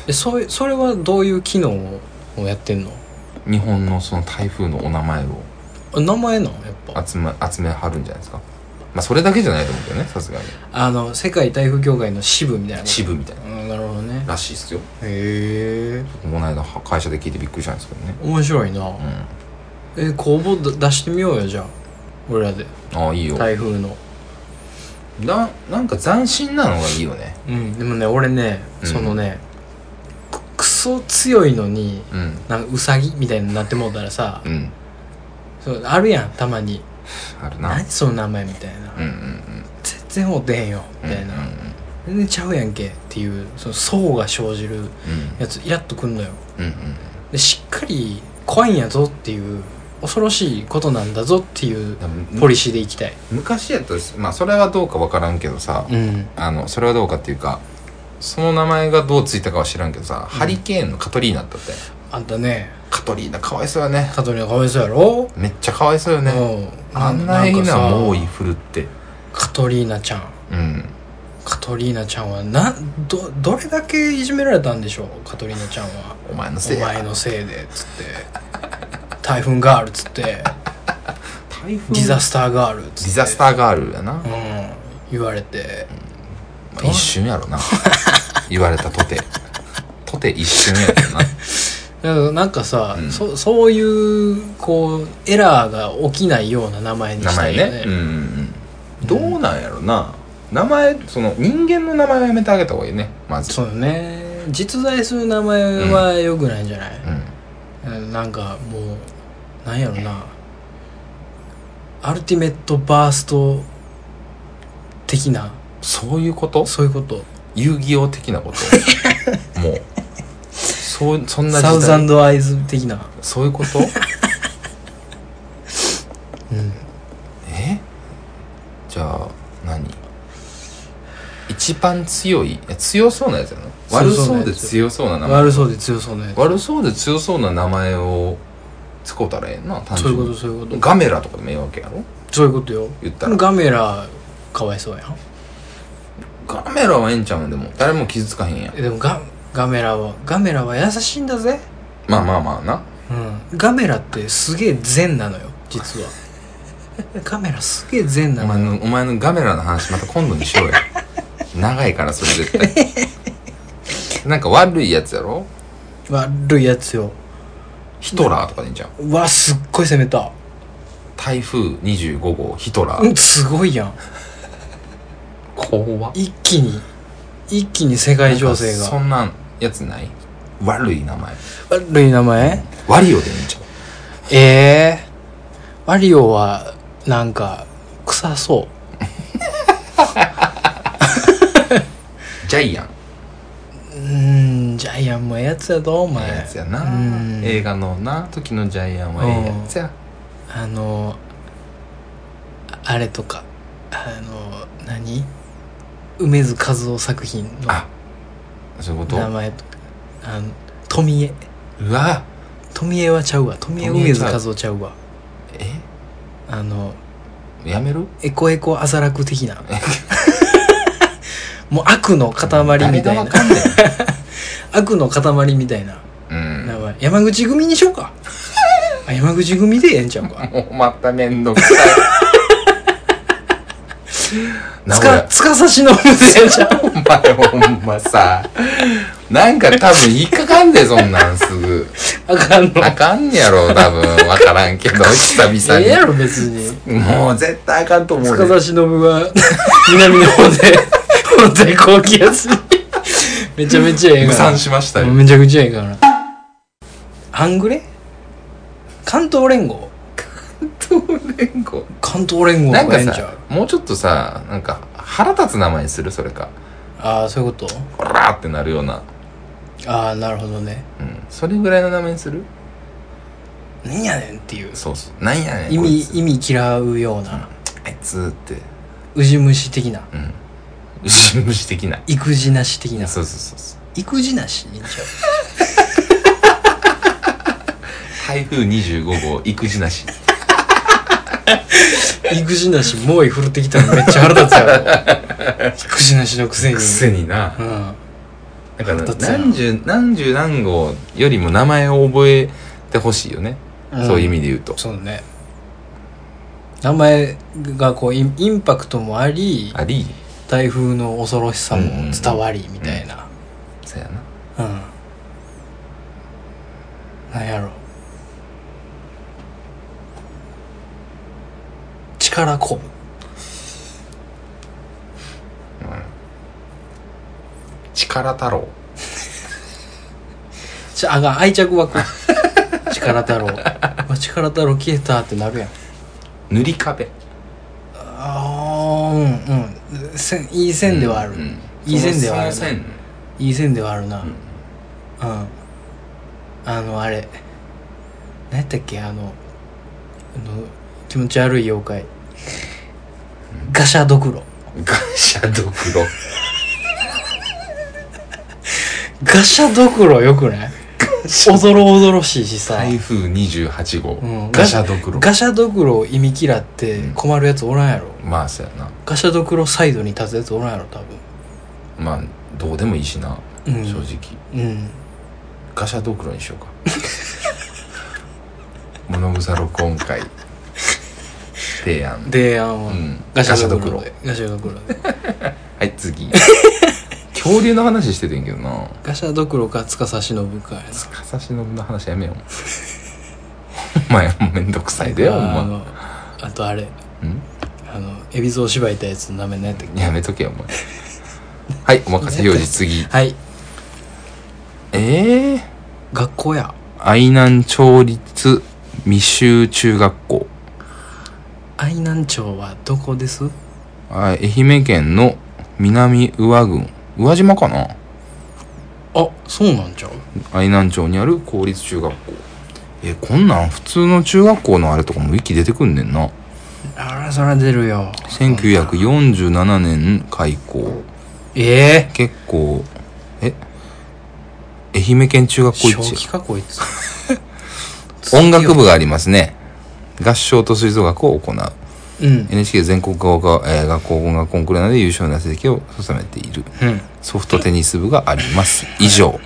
Speaker 2: えそれそれはどういう機能をやってんの
Speaker 1: 日本のその台風のお名前を
Speaker 2: あ名前なんやっぱ
Speaker 1: 集め集めはるんじゃないですかまあそれだけじゃないと思うけどねさすがに
Speaker 2: あの世界台風協会の支部みたいな
Speaker 1: 支部みたいな
Speaker 2: うんなるほどね
Speaker 1: らしいっすよ
Speaker 2: へえ
Speaker 1: この間は会社で聞いてびっくりしたんですけどね
Speaker 2: 面白いな、
Speaker 1: う
Speaker 2: え公募だ出してみようよじゃあ俺らで
Speaker 1: んああいいよ
Speaker 2: 台風の
Speaker 1: ななんか斬新なのがいいよね
Speaker 2: うんでもね俺ね
Speaker 1: うん
Speaker 2: そのね、くクソ強いのに
Speaker 1: うん
Speaker 2: なんかウサギみたいになってもうたらさ、
Speaker 1: うん
Speaker 2: そうあるやんたまに
Speaker 1: あるな
Speaker 2: 何その名前みたいな、
Speaker 1: うんうんうん
Speaker 2: 全然合うてへんよみたいな、
Speaker 1: うんうん
Speaker 2: 全然ちゃうやんけっていうその層が生じるやつイラッとくんのよ
Speaker 1: うんうんうん
Speaker 2: でしっかり怖いんやぞっていう恐ろしいことなんだぞっていう
Speaker 1: うん
Speaker 2: ポリシーでいきたい
Speaker 1: 昔やったらまあそれはどうかわからんけどさ、
Speaker 2: うん
Speaker 1: あのそれはどうかっていうかその名前がどうついたかは知らんけどさ、ハリケーンのカトリーナだったって
Speaker 2: あんたね
Speaker 1: カトリーナかわいそうやね
Speaker 2: カトリーナかわいそうやろ、
Speaker 1: めっちゃかわいそうよね
Speaker 2: うん
Speaker 1: あんな
Speaker 2: か
Speaker 1: いな
Speaker 2: さ
Speaker 1: 猛威振るって
Speaker 2: カトリーナちゃん
Speaker 1: うん
Speaker 2: カトリーナちゃんはなどどれだけいじめられたんでしょうカトリーナちゃんは
Speaker 1: お前のせ
Speaker 2: お
Speaker 1: いや
Speaker 2: 前のせいでつって台風ガールつって
Speaker 1: 台風
Speaker 2: ディザスターガールつ
Speaker 1: ディ
Speaker 2: って
Speaker 1: ザスターガールやな、ま
Speaker 2: うん言われて
Speaker 1: あ、一瞬やろな言われたとてとて一瞬やろな
Speaker 2: (laughs) だからなんかさ、
Speaker 1: うん
Speaker 2: そそういうこうエラーが起きないような名前に
Speaker 1: 名
Speaker 2: した
Speaker 1: 前
Speaker 2: いよ
Speaker 1: ね
Speaker 2: ね
Speaker 1: うんうんどうなんやろな名前その人間の名前はやめてあげた方がいいねまず
Speaker 2: そうよね実在する名前は良くないんじゃない、
Speaker 1: うん
Speaker 2: うんなんかもうなんやろなアルティメットバースト的な
Speaker 1: そういうこと
Speaker 2: そういうこと
Speaker 1: 遊戯王的なこと
Speaker 2: (laughs)
Speaker 1: もうそうそんな時
Speaker 2: サ
Speaker 1: 代
Speaker 2: ウザンドアイズ的な
Speaker 1: そういうこと
Speaker 2: うん
Speaker 1: えじゃあ何一番強いいや強そうなやつやな悪
Speaker 2: 強そう
Speaker 1: そう
Speaker 2: なやつ
Speaker 1: で強そうな名前
Speaker 2: 悪そうで強そうなやつ
Speaker 1: 悪そうで強そうな名前を使うたらええな単
Speaker 2: そう
Speaker 1: 純
Speaker 2: いうこ
Speaker 1: に
Speaker 2: とそういうこと
Speaker 1: ガメラとかでもええわけやろ
Speaker 2: そういうことよ
Speaker 1: 言った
Speaker 2: で
Speaker 1: ら
Speaker 2: もガメラかわいそうやん
Speaker 1: ガメラはええんちゃうんでも誰も傷つかへんやん
Speaker 2: えでもガガメラはガメラは優しいんだぜ
Speaker 1: まあまあまあな
Speaker 2: うんガメラってすげえ善なのよ
Speaker 1: (laughs)
Speaker 2: 実はガメラすげえ善な
Speaker 1: お
Speaker 2: の
Speaker 1: 前
Speaker 2: よ
Speaker 1: のお前のガメラの話また今度にしろよ
Speaker 2: (laughs)
Speaker 1: 長いからそれ絶対なんか悪いやつやろ
Speaker 2: 悪いやつよ
Speaker 1: ヒトラーとかでいいんじゃん
Speaker 2: うわすっごい攻めた
Speaker 1: 台風25号ヒトラ
Speaker 2: う
Speaker 1: ー
Speaker 2: んすごいやん
Speaker 1: 怖っ
Speaker 2: 一気に一気に世界情勢
Speaker 1: なんかそ
Speaker 2: が
Speaker 1: んなんやつない悪い名前
Speaker 2: 悪い名前
Speaker 1: ワリオでいいんちゃう
Speaker 2: ええー、ワリオはなんか臭そ
Speaker 1: ジャイアン
Speaker 2: ううーんジャイアンもええやつやぞお
Speaker 1: ええ
Speaker 2: 前
Speaker 1: やつやな
Speaker 2: うん
Speaker 1: 映画のな時のジャイアンはええやつや
Speaker 2: あのああれとかあの何梅津和夫作品の
Speaker 1: あそういうこと
Speaker 2: 名前とかあの富江
Speaker 1: うわ
Speaker 2: 富江はちゃうわ富江
Speaker 1: 富江
Speaker 2: 梅津和夫ちゃうわ
Speaker 1: え
Speaker 2: あの
Speaker 1: やめる
Speaker 2: エコエコアザラク的な
Speaker 1: (laughs)
Speaker 2: もう悪の塊みた
Speaker 1: 誰が
Speaker 2: い
Speaker 1: わ
Speaker 2: な
Speaker 1: かんね
Speaker 2: (laughs) 悪の塊みたいな
Speaker 1: え
Speaker 2: 名前山口組にしようか
Speaker 1: (laughs)
Speaker 2: あ山口組でええんちゃう
Speaker 1: うん
Speaker 2: か
Speaker 1: もうまためんどくさい名
Speaker 2: つ
Speaker 1: 古
Speaker 2: か
Speaker 1: 屋
Speaker 2: つかさしのむでええんちゃう
Speaker 1: お前ほんまさなんか多分引っかかんでそんなんすぐ
Speaker 2: あかんの
Speaker 1: あかんやろ多分わからんけど久々
Speaker 2: ええ
Speaker 1: に
Speaker 2: やろ別に
Speaker 1: もう絶対あかんと思う
Speaker 2: 塚
Speaker 1: で
Speaker 2: 田忍が南の方で本体高気圧にめちゃめちゃええ
Speaker 1: 無
Speaker 2: から
Speaker 1: 産しましたよ
Speaker 2: めちゃくちゃええから半グレ関東連合
Speaker 1: 連合
Speaker 2: 関東連合
Speaker 1: なん
Speaker 2: が
Speaker 1: か
Speaker 2: ええんちゃ
Speaker 1: さ
Speaker 2: う
Speaker 1: もうちょっとさなんか腹立つ名前にするそれか
Speaker 2: ああそういうこと
Speaker 1: こらーってなるような
Speaker 2: ああなるほどね
Speaker 1: うんそれぐらいの名前にする
Speaker 2: なんやねんっていう
Speaker 1: そうそうなんやねん
Speaker 2: 意
Speaker 1: こい
Speaker 2: 味
Speaker 1: つ
Speaker 2: 意味嫌うような
Speaker 1: あいつって (laughs)
Speaker 2: ウジ虫的な
Speaker 1: うん牛虫的な
Speaker 2: 育児なし的な
Speaker 1: そうそうそうそう
Speaker 2: 育児なしでいいんちゃう
Speaker 1: 台風25号育児なし
Speaker 2: 育児なし猛威振るってきたのめっちゃ腹立つや
Speaker 1: (laughs)
Speaker 2: ろ育児なしのくせ
Speaker 1: (laughs)
Speaker 2: に
Speaker 1: くせにな
Speaker 2: うん
Speaker 1: だから
Speaker 2: 腹立つな
Speaker 1: 何十何十何号よりも名前を覚えてほしいよね、
Speaker 2: うん
Speaker 1: そういう意味で言うと
Speaker 2: そうね名前がこうインインパクトもあり
Speaker 1: あり
Speaker 2: 台風の恐ろしさも伝わりみたいな
Speaker 1: そうやな
Speaker 2: うん、なんやろ力こぶ
Speaker 1: 力太郎
Speaker 2: ちゃあが愛着 (laughs) 枠力太郎あ力太郎消えたってなるやん
Speaker 1: 塗り壁
Speaker 2: ああうんうんせんいい線ではある、
Speaker 1: うんうん
Speaker 2: いい線ではあるな
Speaker 1: そのその線
Speaker 2: いい線ではあるなうん、
Speaker 1: ん
Speaker 2: あのあれ何やったっけあのあの気持ち悪い妖怪ガシャドクロ
Speaker 1: ガシャドクロ
Speaker 2: ガシャドクロよくないおぞろおぞろしいしさ、
Speaker 1: 台風28号、
Speaker 2: うん
Speaker 1: ガシャドクロ
Speaker 2: ガシャドクロを意味嫌って困るやつおらんやろ、
Speaker 1: まあそうやな
Speaker 2: ガシャドクロサイドに立つやつおらんやろ多分
Speaker 1: まあどうでもいいしな、
Speaker 2: うん
Speaker 1: 正直
Speaker 2: うん
Speaker 1: ガシャドクロにしようか (laughs) 物草録音会提案
Speaker 2: 提案は、
Speaker 1: うん
Speaker 2: ガシャドクロ
Speaker 1: ガシャドク
Speaker 2: でガシャドクロで
Speaker 1: はい
Speaker 2: (laughs)
Speaker 1: 次恐竜の話しててんけどな
Speaker 2: ガシャドクロか司忍かやな
Speaker 1: 笠忍の話やめ
Speaker 2: (laughs)
Speaker 1: よお前もうめんどくさいでよお
Speaker 2: あ
Speaker 1: 前
Speaker 2: のあとあれ
Speaker 1: ん
Speaker 2: あの海老蔵芝居たやつの名前何やったっけ
Speaker 1: やめとけよお前はいお任せ表示次
Speaker 2: はい
Speaker 1: ええ
Speaker 2: 学校や
Speaker 1: 愛南町立未就中学校
Speaker 2: 愛南町はどこです
Speaker 1: あ愛媛県の南宇和郡宇和島かな
Speaker 2: あそうなんちゃう
Speaker 1: 愛南町にある公立中学校えこんなん普通の中学校のあれとかもウィキ出てくんねんな
Speaker 2: あらそら出るよ
Speaker 1: 1947年開校
Speaker 2: ええ
Speaker 1: 結構え愛媛県中学校
Speaker 2: 正
Speaker 1: 一
Speaker 2: 気かこいつ
Speaker 1: 音楽部がありますね合唱と吹奏楽を行う
Speaker 2: うん、
Speaker 1: NHK 全国語が、えー学校音楽コンクールなどで優勝な成績を収めている
Speaker 2: うん、
Speaker 1: ソフトテニス部があります以上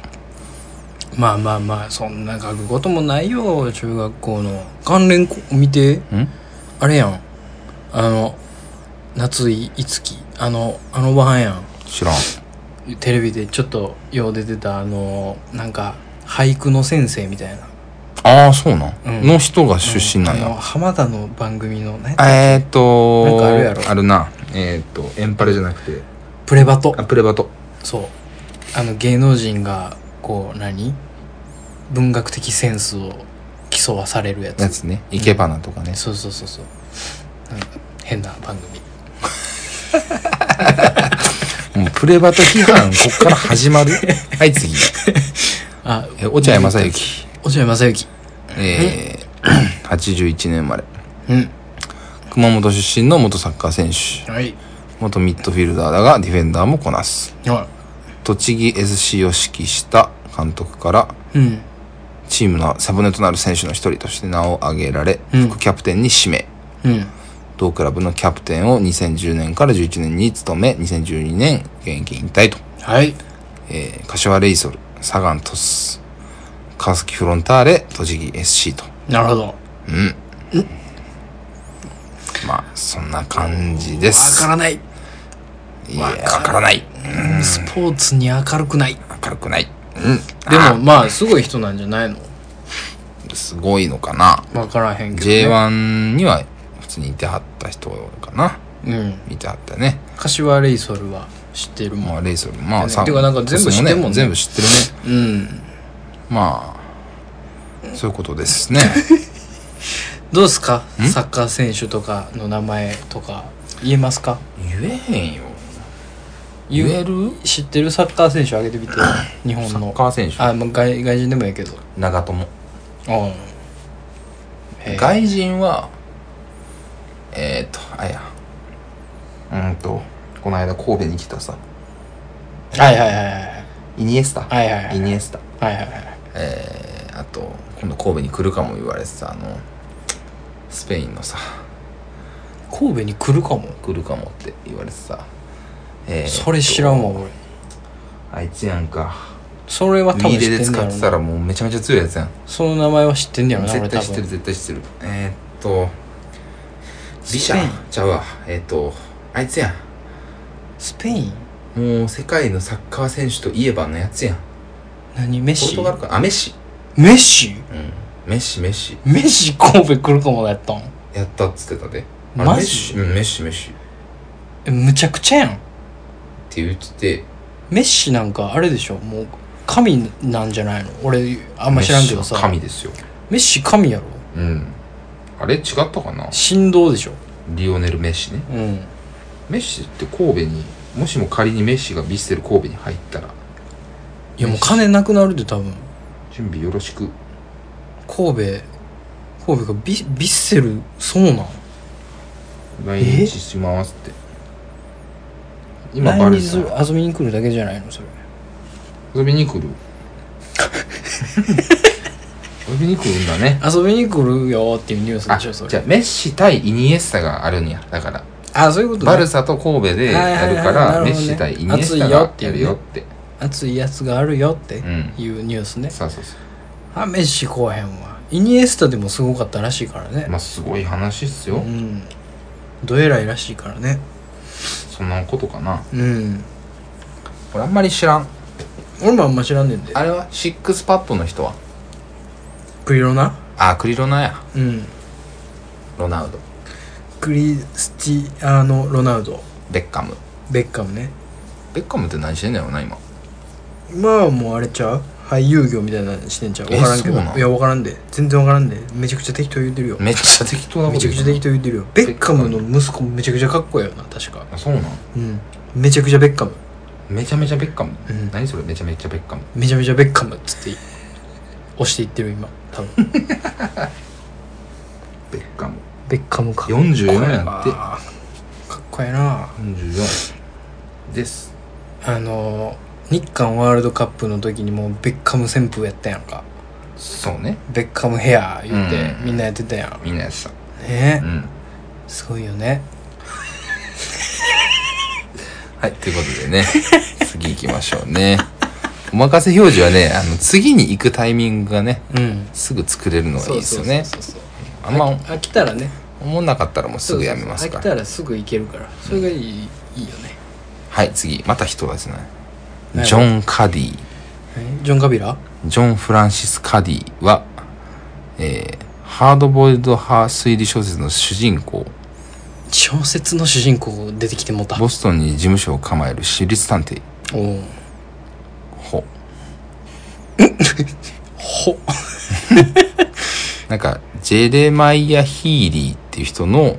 Speaker 2: まあまあまあそんな書くこともないよ中学校の関連こ見て
Speaker 1: ん
Speaker 2: あれやんあの夏井いつきあのあのおばはんやん
Speaker 1: 知らん
Speaker 2: テレビでちょっとよう出てたあのなんか俳句の先生みたいな
Speaker 1: ああそうなん、
Speaker 2: うん
Speaker 1: の人が出身なん
Speaker 2: あの
Speaker 1: や、
Speaker 2: 浜田の番組のね
Speaker 1: えーっと
Speaker 2: なんかあるやろ
Speaker 1: あるなえーっとエンパレじゃなくて
Speaker 2: プレバト
Speaker 1: あプレバト
Speaker 2: そうあの芸能人がこう何文学的センスを競わされるやつ
Speaker 1: やつね生け花とかね、
Speaker 2: そうそうそうそうなんか変な番組
Speaker 1: もうプレバト批判こっから始まるはい次
Speaker 2: あ
Speaker 1: え落合正行
Speaker 2: 落合正行
Speaker 1: えー、81年生まれ
Speaker 2: うん
Speaker 1: 熊本出身の元サッカー選手
Speaker 2: はい
Speaker 1: 元ミッドフィルダーだがディフェンダーもこなす
Speaker 2: は
Speaker 1: 栃木 SC を指揮した監督から
Speaker 2: いうん
Speaker 1: チームのサブネとなる選手の一人として名を挙げられ、
Speaker 2: うん
Speaker 1: 副キャプテンに指名
Speaker 2: うん
Speaker 1: 同クラブのキャプテンを2010年から11年に務め2012年現役引退と、
Speaker 2: はい
Speaker 1: えー柏レイソルサガン鳥栖川崎フロンターレ栃木 SC と
Speaker 2: なるほど
Speaker 1: まあそんな感じで
Speaker 2: わ
Speaker 1: す
Speaker 2: からない
Speaker 1: いやわからない
Speaker 2: スポーツに明るくない
Speaker 1: 明るくないうん
Speaker 2: でもまあすごい人なんじゃないの
Speaker 1: すごいのかな
Speaker 2: わからへんけど、ね、
Speaker 1: J1 には普通にいてはった人かな
Speaker 2: うん
Speaker 1: 見てはったね
Speaker 2: 柏レイソルは知ってるもん
Speaker 1: まあレイソルまあ
Speaker 2: ねてかなんか全部知ってるもんね
Speaker 1: 全部知ってるね
Speaker 2: うん
Speaker 1: まあそういうことですね
Speaker 2: どうですかサッカー選手とかの名前とか (laughs) 言えますか
Speaker 1: 言えへんよ言える
Speaker 2: 知ってるサッカー選手挙げてみて日本
Speaker 1: サッ
Speaker 2: の
Speaker 1: カー選手
Speaker 2: あもう外外人でもいいけど
Speaker 1: 長友
Speaker 2: うんへえ
Speaker 1: 外人はえっとあやうんとこの間神戸に来たさ
Speaker 2: はいはいはいはい
Speaker 1: イニエスタ
Speaker 2: はいはいはい
Speaker 1: イニエスタ
Speaker 2: はいはいはい
Speaker 1: えーあと今度神戸に来るかも言われてたあのスペインのさ
Speaker 2: 神戸に来るかも
Speaker 1: 来るかもって言われてたえー
Speaker 2: それ知らんわ俺
Speaker 1: あいつやんか
Speaker 2: それは多分知
Speaker 1: ミーレ
Speaker 2: って
Speaker 1: で
Speaker 2: んね
Speaker 1: 使
Speaker 2: やろ
Speaker 1: ってた
Speaker 2: な
Speaker 1: らもうめちゃめちゃ強いやつやん
Speaker 2: その名前は知ってんねやろな
Speaker 1: 絶
Speaker 2: 俺多
Speaker 1: 対知ってる
Speaker 2: 分
Speaker 1: 絶対知ってるえー、っとビシ
Speaker 2: スペイ
Speaker 1: ャ
Speaker 2: ン
Speaker 1: ちゃうわえー、っとあいつや
Speaker 2: スペイン
Speaker 1: んもう世界のサッカー選手といえばのやつやん
Speaker 2: 何メッ
Speaker 1: ポル
Speaker 2: シ
Speaker 1: トガルかあメッシ
Speaker 2: メッシ
Speaker 1: うんメッシメッシ
Speaker 2: メッシ神戸来るかもだったん
Speaker 1: やったっつってたであれ
Speaker 2: マジ
Speaker 1: メッシうんメッシメッシっ
Speaker 2: えむちゃくちゃやん
Speaker 1: て言ってて
Speaker 2: メッシなんかあれでしょもう神なんじゃないの俺あんま知らんけどさ
Speaker 1: メッシは神ですよ
Speaker 2: メッシ神やろ
Speaker 1: うんあれ違ったかな
Speaker 2: 神道でしょ
Speaker 1: リオネル・メッシね
Speaker 2: うん
Speaker 1: メッシって神戸にもしも仮にメッシがヴィッセル神戸に入ったら
Speaker 2: いやもう金なくなるで多分
Speaker 1: 準備よろしく
Speaker 2: 神戸神戸がビビッセルそうなん
Speaker 1: 来日しますって今バ
Speaker 2: 来
Speaker 1: レ
Speaker 2: 日する
Speaker 1: た
Speaker 2: 遊びに来るだけじゃないのそれ
Speaker 1: 遊びに来
Speaker 2: (laughs)
Speaker 1: る遊びに来るんだね
Speaker 2: 遊びに来るよーっていうニュース
Speaker 1: あ
Speaker 2: でしょそ
Speaker 1: じゃあ
Speaker 2: れ
Speaker 1: メッシ対イニエスタがあるんやだから
Speaker 2: あそういうことね
Speaker 1: バルサと神戸でやるか
Speaker 2: はいはいはいなるほ
Speaker 1: ら
Speaker 2: どね
Speaker 1: メッシ対イニエスタ
Speaker 2: 熱いよ
Speaker 1: が
Speaker 2: ってい
Speaker 1: や
Speaker 2: うね
Speaker 1: るよって
Speaker 2: 熱いやつがあるよって
Speaker 1: うん
Speaker 2: いうニュースね、
Speaker 1: そうそうそ
Speaker 2: あメッシ来おへんわイニエスタでもすごかったらしいからね
Speaker 1: うまあすごい話っすよ
Speaker 2: うんどえらいらしいからね
Speaker 1: そんなことかな
Speaker 2: うん
Speaker 1: 俺あんまり知らん
Speaker 2: 俺もあんま知らんねんで
Speaker 1: あれはシックスパッドの人は
Speaker 2: クリロナ
Speaker 1: あクリロナや
Speaker 2: うん
Speaker 1: ロナウド
Speaker 2: クリスティアーノ・ロナウド
Speaker 1: ベッカム
Speaker 2: ベッカムね
Speaker 1: ベッカムって何してんだよな今
Speaker 2: まあもうあれちゃう俳優業みたいなのしてんちゃう
Speaker 1: え
Speaker 2: 分からんけ
Speaker 1: そうなん
Speaker 2: どいや分からんで全然分からんでめちゃくちゃ適当言ってるよ
Speaker 1: めっちゃ適当な
Speaker 2: め
Speaker 1: こと
Speaker 2: ちゃ
Speaker 1: 言
Speaker 2: く
Speaker 1: う
Speaker 2: ち
Speaker 1: な
Speaker 2: ゃ適当言ってるよベッカムの息子めちゃくちゃかっこいいよな確か
Speaker 1: あそうなん
Speaker 2: うんめちゃくちゃベッカム
Speaker 1: めちゃめちゃベッカム、
Speaker 2: うん
Speaker 1: 何それめちゃめちゃベッカム
Speaker 2: めちゃめちゃベッカムっつって押していってる今多
Speaker 1: (laughs)
Speaker 2: 分
Speaker 1: ベッカム
Speaker 2: ベッカムか
Speaker 1: 44
Speaker 2: これ
Speaker 1: や
Speaker 2: は
Speaker 1: って
Speaker 2: かっこええな
Speaker 1: 44です
Speaker 2: あの日韓ワールドカップの時にもうベッカム旋風やったやんか
Speaker 1: そうね
Speaker 2: ベッカムヘア言って
Speaker 1: うん
Speaker 2: みんなやってたやん
Speaker 1: みんなやってた
Speaker 2: ね
Speaker 1: うん
Speaker 2: すごいよね
Speaker 1: はいということ
Speaker 2: (laughs)
Speaker 1: でね次行きましょうねお任せ表示はねあの次に行くタイミングがね
Speaker 2: うん
Speaker 1: すぐ作れるのがいいですよね
Speaker 2: そうそうそう
Speaker 1: あんま
Speaker 2: そう飽きたらね
Speaker 1: 思んなかったらもうすぐやめます
Speaker 2: そうそうそう飽
Speaker 1: か
Speaker 2: きた
Speaker 1: ら
Speaker 2: らすぐ行けるからそれがいい,、いいよね
Speaker 1: はい次また人ですね
Speaker 2: はい
Speaker 1: ジョン・カディ
Speaker 2: ジョン・カビラ
Speaker 1: ジョン・フランシス・カディは、えーハードボイルド派推理小説の主人公
Speaker 2: 小説の主人公出てきてもうた
Speaker 1: ボストンに事務所を構える私立探偵
Speaker 2: おお
Speaker 1: ほ
Speaker 2: ほ
Speaker 1: (laughs) なんかジェレマイア・ヒーリーっていう人の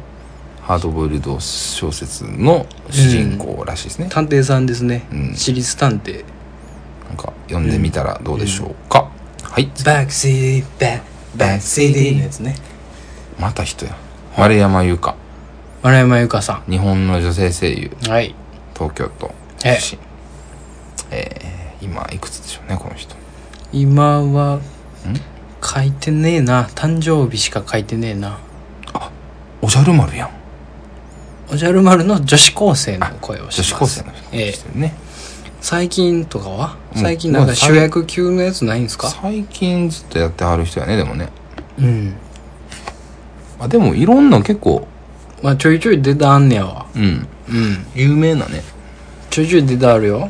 Speaker 1: ハードボイルド小説の主人公らしいですね、
Speaker 2: 探偵さんですね、
Speaker 1: うん
Speaker 2: 私立探偵
Speaker 1: なんか読んでみたらどうでしょうか、はい
Speaker 2: バックシティバッバックシティのやつね
Speaker 1: また人や丸山優香
Speaker 2: 丸山由香さ
Speaker 1: 日本の女性声優
Speaker 2: んはい
Speaker 1: 東京都
Speaker 2: え
Speaker 1: 出身えー今いくつでしょうねこの人
Speaker 2: 今は書いてねえな誕生日しか書いてねえな
Speaker 1: おじゃる丸やん
Speaker 2: おじゃる丸の女子高生の声をし
Speaker 1: 女
Speaker 2: ます
Speaker 1: 子高生の人
Speaker 2: え
Speaker 1: で
Speaker 2: え
Speaker 1: してるね、
Speaker 2: 最近とかは
Speaker 1: うん
Speaker 2: 最近なんか主役級のやつないんすか
Speaker 1: 最近ずっとやってはる人やねでもね
Speaker 2: うん
Speaker 1: あでもいろんな結構
Speaker 2: まあちょいちょい出たあんねやわ
Speaker 1: うん
Speaker 2: うん
Speaker 1: 有名なね
Speaker 2: ちょいちょい出たあるよ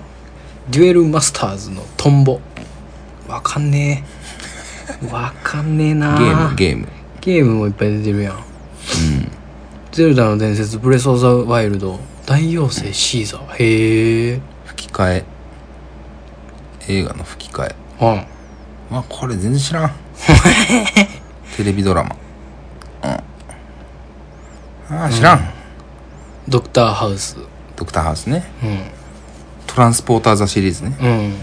Speaker 2: デュエルマスターズのトンボわかんねえわかんねえ
Speaker 1: ゲ
Speaker 2: な
Speaker 1: ームゲーム
Speaker 2: ゲームもいっぱい出てるやんうんゼルダの伝説ブレス・オブ・ザ・ワイルド大妖精シーザーへえ
Speaker 1: 吹き替え映画の吹き替え
Speaker 2: うん
Speaker 1: まあこれ全然知らんテレビドラマうんああ知らん、
Speaker 2: ドクターハウス
Speaker 1: ドクターハウスね
Speaker 2: う
Speaker 1: トランスポーター・ザ・シリーズね
Speaker 2: んうん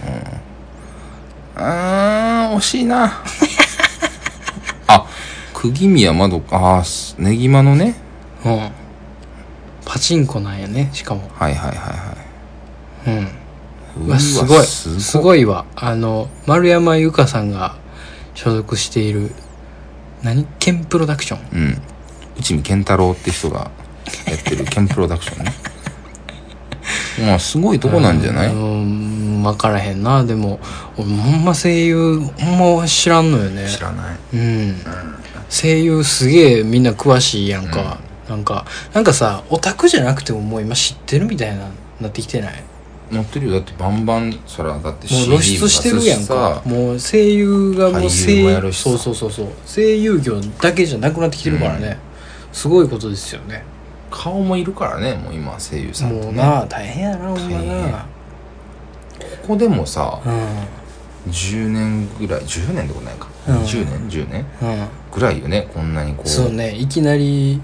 Speaker 1: あー惜しい
Speaker 2: (laughs)
Speaker 1: なあ釘宮まどかあーねぎまのね
Speaker 2: うんパチンコなんやねしかも
Speaker 1: はいはいはい
Speaker 2: うん
Speaker 1: はいう
Speaker 2: わすごい
Speaker 1: す
Speaker 2: す
Speaker 1: ご
Speaker 2: ご
Speaker 1: い
Speaker 2: いわあの丸山由香さんが所属している何ケンプロダクション
Speaker 1: うん内海健太郎って人がやってるケンプロダクショ
Speaker 2: (laughs)
Speaker 1: ンねまあすごいとこなんじゃない
Speaker 2: うん分からへんなでも俺ほんま声優ほんま知らんのよね
Speaker 1: らない
Speaker 2: うん声優すげえみんな詳しいやんか、なんかなんかさオタクじゃなくてももう今知ってるみたいななってきてない
Speaker 1: 乗ってるよだってバンバンそらだって
Speaker 2: もう
Speaker 1: CD
Speaker 2: 露出してるやんか
Speaker 1: も出すし
Speaker 2: もう声優がもう
Speaker 1: 俳優もやるしさ
Speaker 2: そうそうそうそう声優業だけじゃなくなってきてるからね、すごいことですよね
Speaker 1: さ顔もいるからねもう今声優さん
Speaker 2: も
Speaker 1: と
Speaker 2: う
Speaker 1: ね
Speaker 2: な大変やなほんまな
Speaker 1: ここでもさ
Speaker 2: う
Speaker 1: 10年ぐらい10年でことないか、
Speaker 2: うん
Speaker 1: 10年10年
Speaker 2: んうん
Speaker 1: ぐらいよねこんなにこう
Speaker 2: そうねいきなり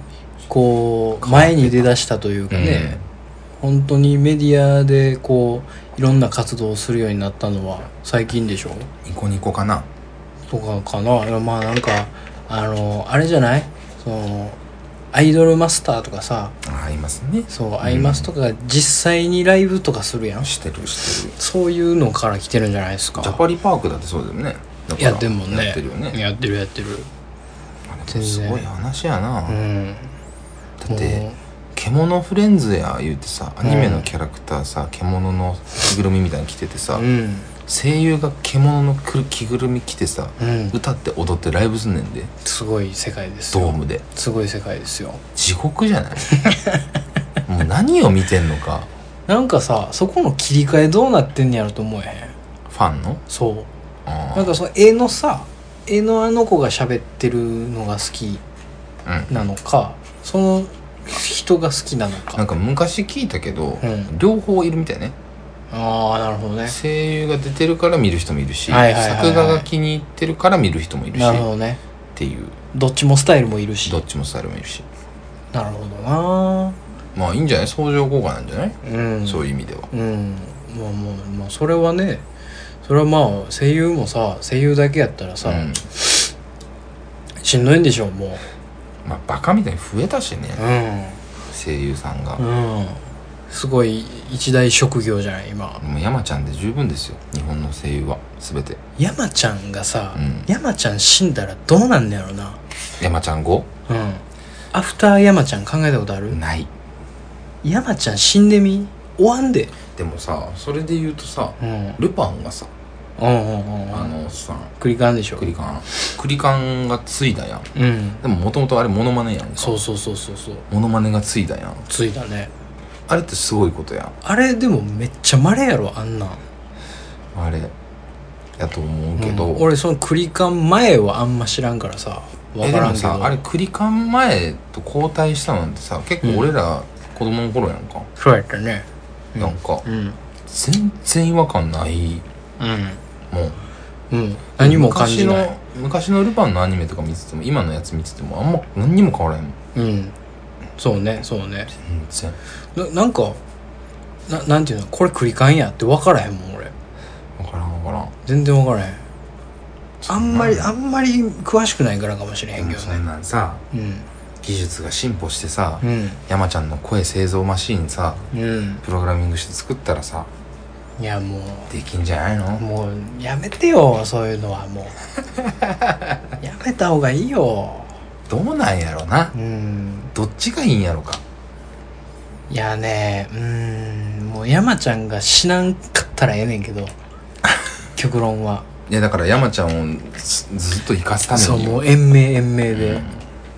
Speaker 2: こう前に出だしたというかね、本当にメディアでこういろんな活動をするようになったのは最近でしょ
Speaker 1: ニコニコかな
Speaker 2: とかかないやまあなんかあのあれじゃないそのアイドルマスターとかさ
Speaker 1: ありますね
Speaker 2: そう、アイマスとかが実際にライブとかするやん
Speaker 1: してるしてる
Speaker 2: そういうのから来てるんじゃないですか
Speaker 1: ジャパリパークだってそうだよねだから
Speaker 2: やってるもんね
Speaker 1: やってるよね
Speaker 2: やってるやってる
Speaker 1: あれも
Speaker 2: 全然
Speaker 1: すごい話やな、
Speaker 2: うん
Speaker 1: だって「獣フレンズや」言うてさアニメのキャラクターさ獣の着ぐるみみたいに着ててさ、
Speaker 2: うん
Speaker 1: 声優が獣のくる着ぐるみ着てさ、
Speaker 2: うん
Speaker 1: 歌って踊ってライブすんねんです
Speaker 2: ごい世界です
Speaker 1: ドー
Speaker 2: よ
Speaker 1: ムです
Speaker 2: ごい世界ですよ
Speaker 1: 地獄じゃ
Speaker 2: (laughs)
Speaker 1: ないもう何を見てんのか
Speaker 2: なんかさそこの切り替えどうなってんやろと思えへん
Speaker 1: ファンの
Speaker 2: そう
Speaker 1: あ
Speaker 2: なんかその絵のさ絵のあの子が喋ってるのが好き
Speaker 1: ーうん
Speaker 2: なのかその人が好きなの
Speaker 1: なん
Speaker 2: か
Speaker 1: か昔聞いたけど、
Speaker 2: うん
Speaker 1: 両方いるみたいね
Speaker 2: ああなるほどね
Speaker 1: 声優が出てるから見る人もいるし、
Speaker 2: はいはいはいはい
Speaker 1: 作画が気に入ってるから見る人もいるし
Speaker 2: なるほ
Speaker 1: っ
Speaker 2: どね
Speaker 1: ていう
Speaker 2: どっちもスタイルもいるし
Speaker 1: どっちもスタイルもいるし
Speaker 2: なるほどな
Speaker 1: まあいいんじゃない相乗効果なんじゃない、
Speaker 2: うん
Speaker 1: そういう意味では
Speaker 2: うんまあもう、まあ、それはねそれはまあ声優もさ声優だけやったらさ、
Speaker 1: うん
Speaker 2: しんどいんでしょうもう
Speaker 1: まあバカみたいに増えたしね
Speaker 2: う
Speaker 1: 声優さんが、
Speaker 2: んうんすごい一大職業じゃない今
Speaker 1: もう山ちゃんで十分ですよ日本の声優は全て
Speaker 2: 山ちゃんがさ、
Speaker 1: うん
Speaker 2: 山ちゃん死んだらどうなんねやろな
Speaker 1: 山ちゃん語
Speaker 2: うんアフター山ちゃん考えたことある、
Speaker 1: ない
Speaker 2: 山ちゃん死んでみ終わんで
Speaker 1: でもさそれで言うとさ
Speaker 2: うんうん
Speaker 1: ルパンがさ
Speaker 2: うんうんう
Speaker 1: あ
Speaker 2: ん
Speaker 1: のおっさん
Speaker 2: 繰り返んでしょ
Speaker 1: クリカンクリカンがついだやん
Speaker 2: うん
Speaker 1: でももともとあれモノマネやんか
Speaker 2: そうそうそうそうそう
Speaker 1: モノマネがついだやん
Speaker 2: ついだね
Speaker 1: あれってすごいことやん
Speaker 2: あれでもめっちゃ稀やろあんなん
Speaker 1: あれやと思うけど、
Speaker 2: うん俺その繰り返ん前はあんま知らんからさわ
Speaker 1: え
Speaker 2: か
Speaker 1: で
Speaker 2: らん
Speaker 1: も
Speaker 2: けど
Speaker 1: さあれクリカン前と交代したなんてさ結構俺ら子供の頃やんか、
Speaker 2: そうやったね
Speaker 1: なんか
Speaker 2: うん
Speaker 1: 全然違和感ない
Speaker 2: うん
Speaker 1: もん
Speaker 2: うん何も感じない
Speaker 1: 昔の昔のルパンのアニメとか見てても今のやつ見ててもあんま何にも変わらへんもん
Speaker 2: うんそうねそうね
Speaker 1: 全然
Speaker 2: ななんかななんていうのこれ繰り返んやって分からへんもん俺
Speaker 1: 分からん分からん
Speaker 2: 全然分からへんあんまり
Speaker 1: そ
Speaker 2: あんまり詳しくないからかもしれへんけど
Speaker 1: そん
Speaker 2: ね
Speaker 1: なんさ
Speaker 2: うん
Speaker 1: 技術が進歩してさ、
Speaker 2: うん
Speaker 1: 山ちゃんの声製造マシーンさ
Speaker 2: うん
Speaker 1: プログラミングして作ったらさ
Speaker 2: いやもう
Speaker 1: できんじゃないの
Speaker 2: もうやめてよそういうのはも
Speaker 1: (laughs)
Speaker 2: うやめた方がいいよ
Speaker 1: どうなんやろな
Speaker 2: うん
Speaker 1: どっちがいいんやろか
Speaker 2: いやねうんもう山ちゃんが死なんかったらええね
Speaker 1: (laughs)
Speaker 2: んけど極論はい
Speaker 1: やだから山ちゃんをずずっと生かすた
Speaker 2: そう
Speaker 1: めに
Speaker 2: もう延命延命で、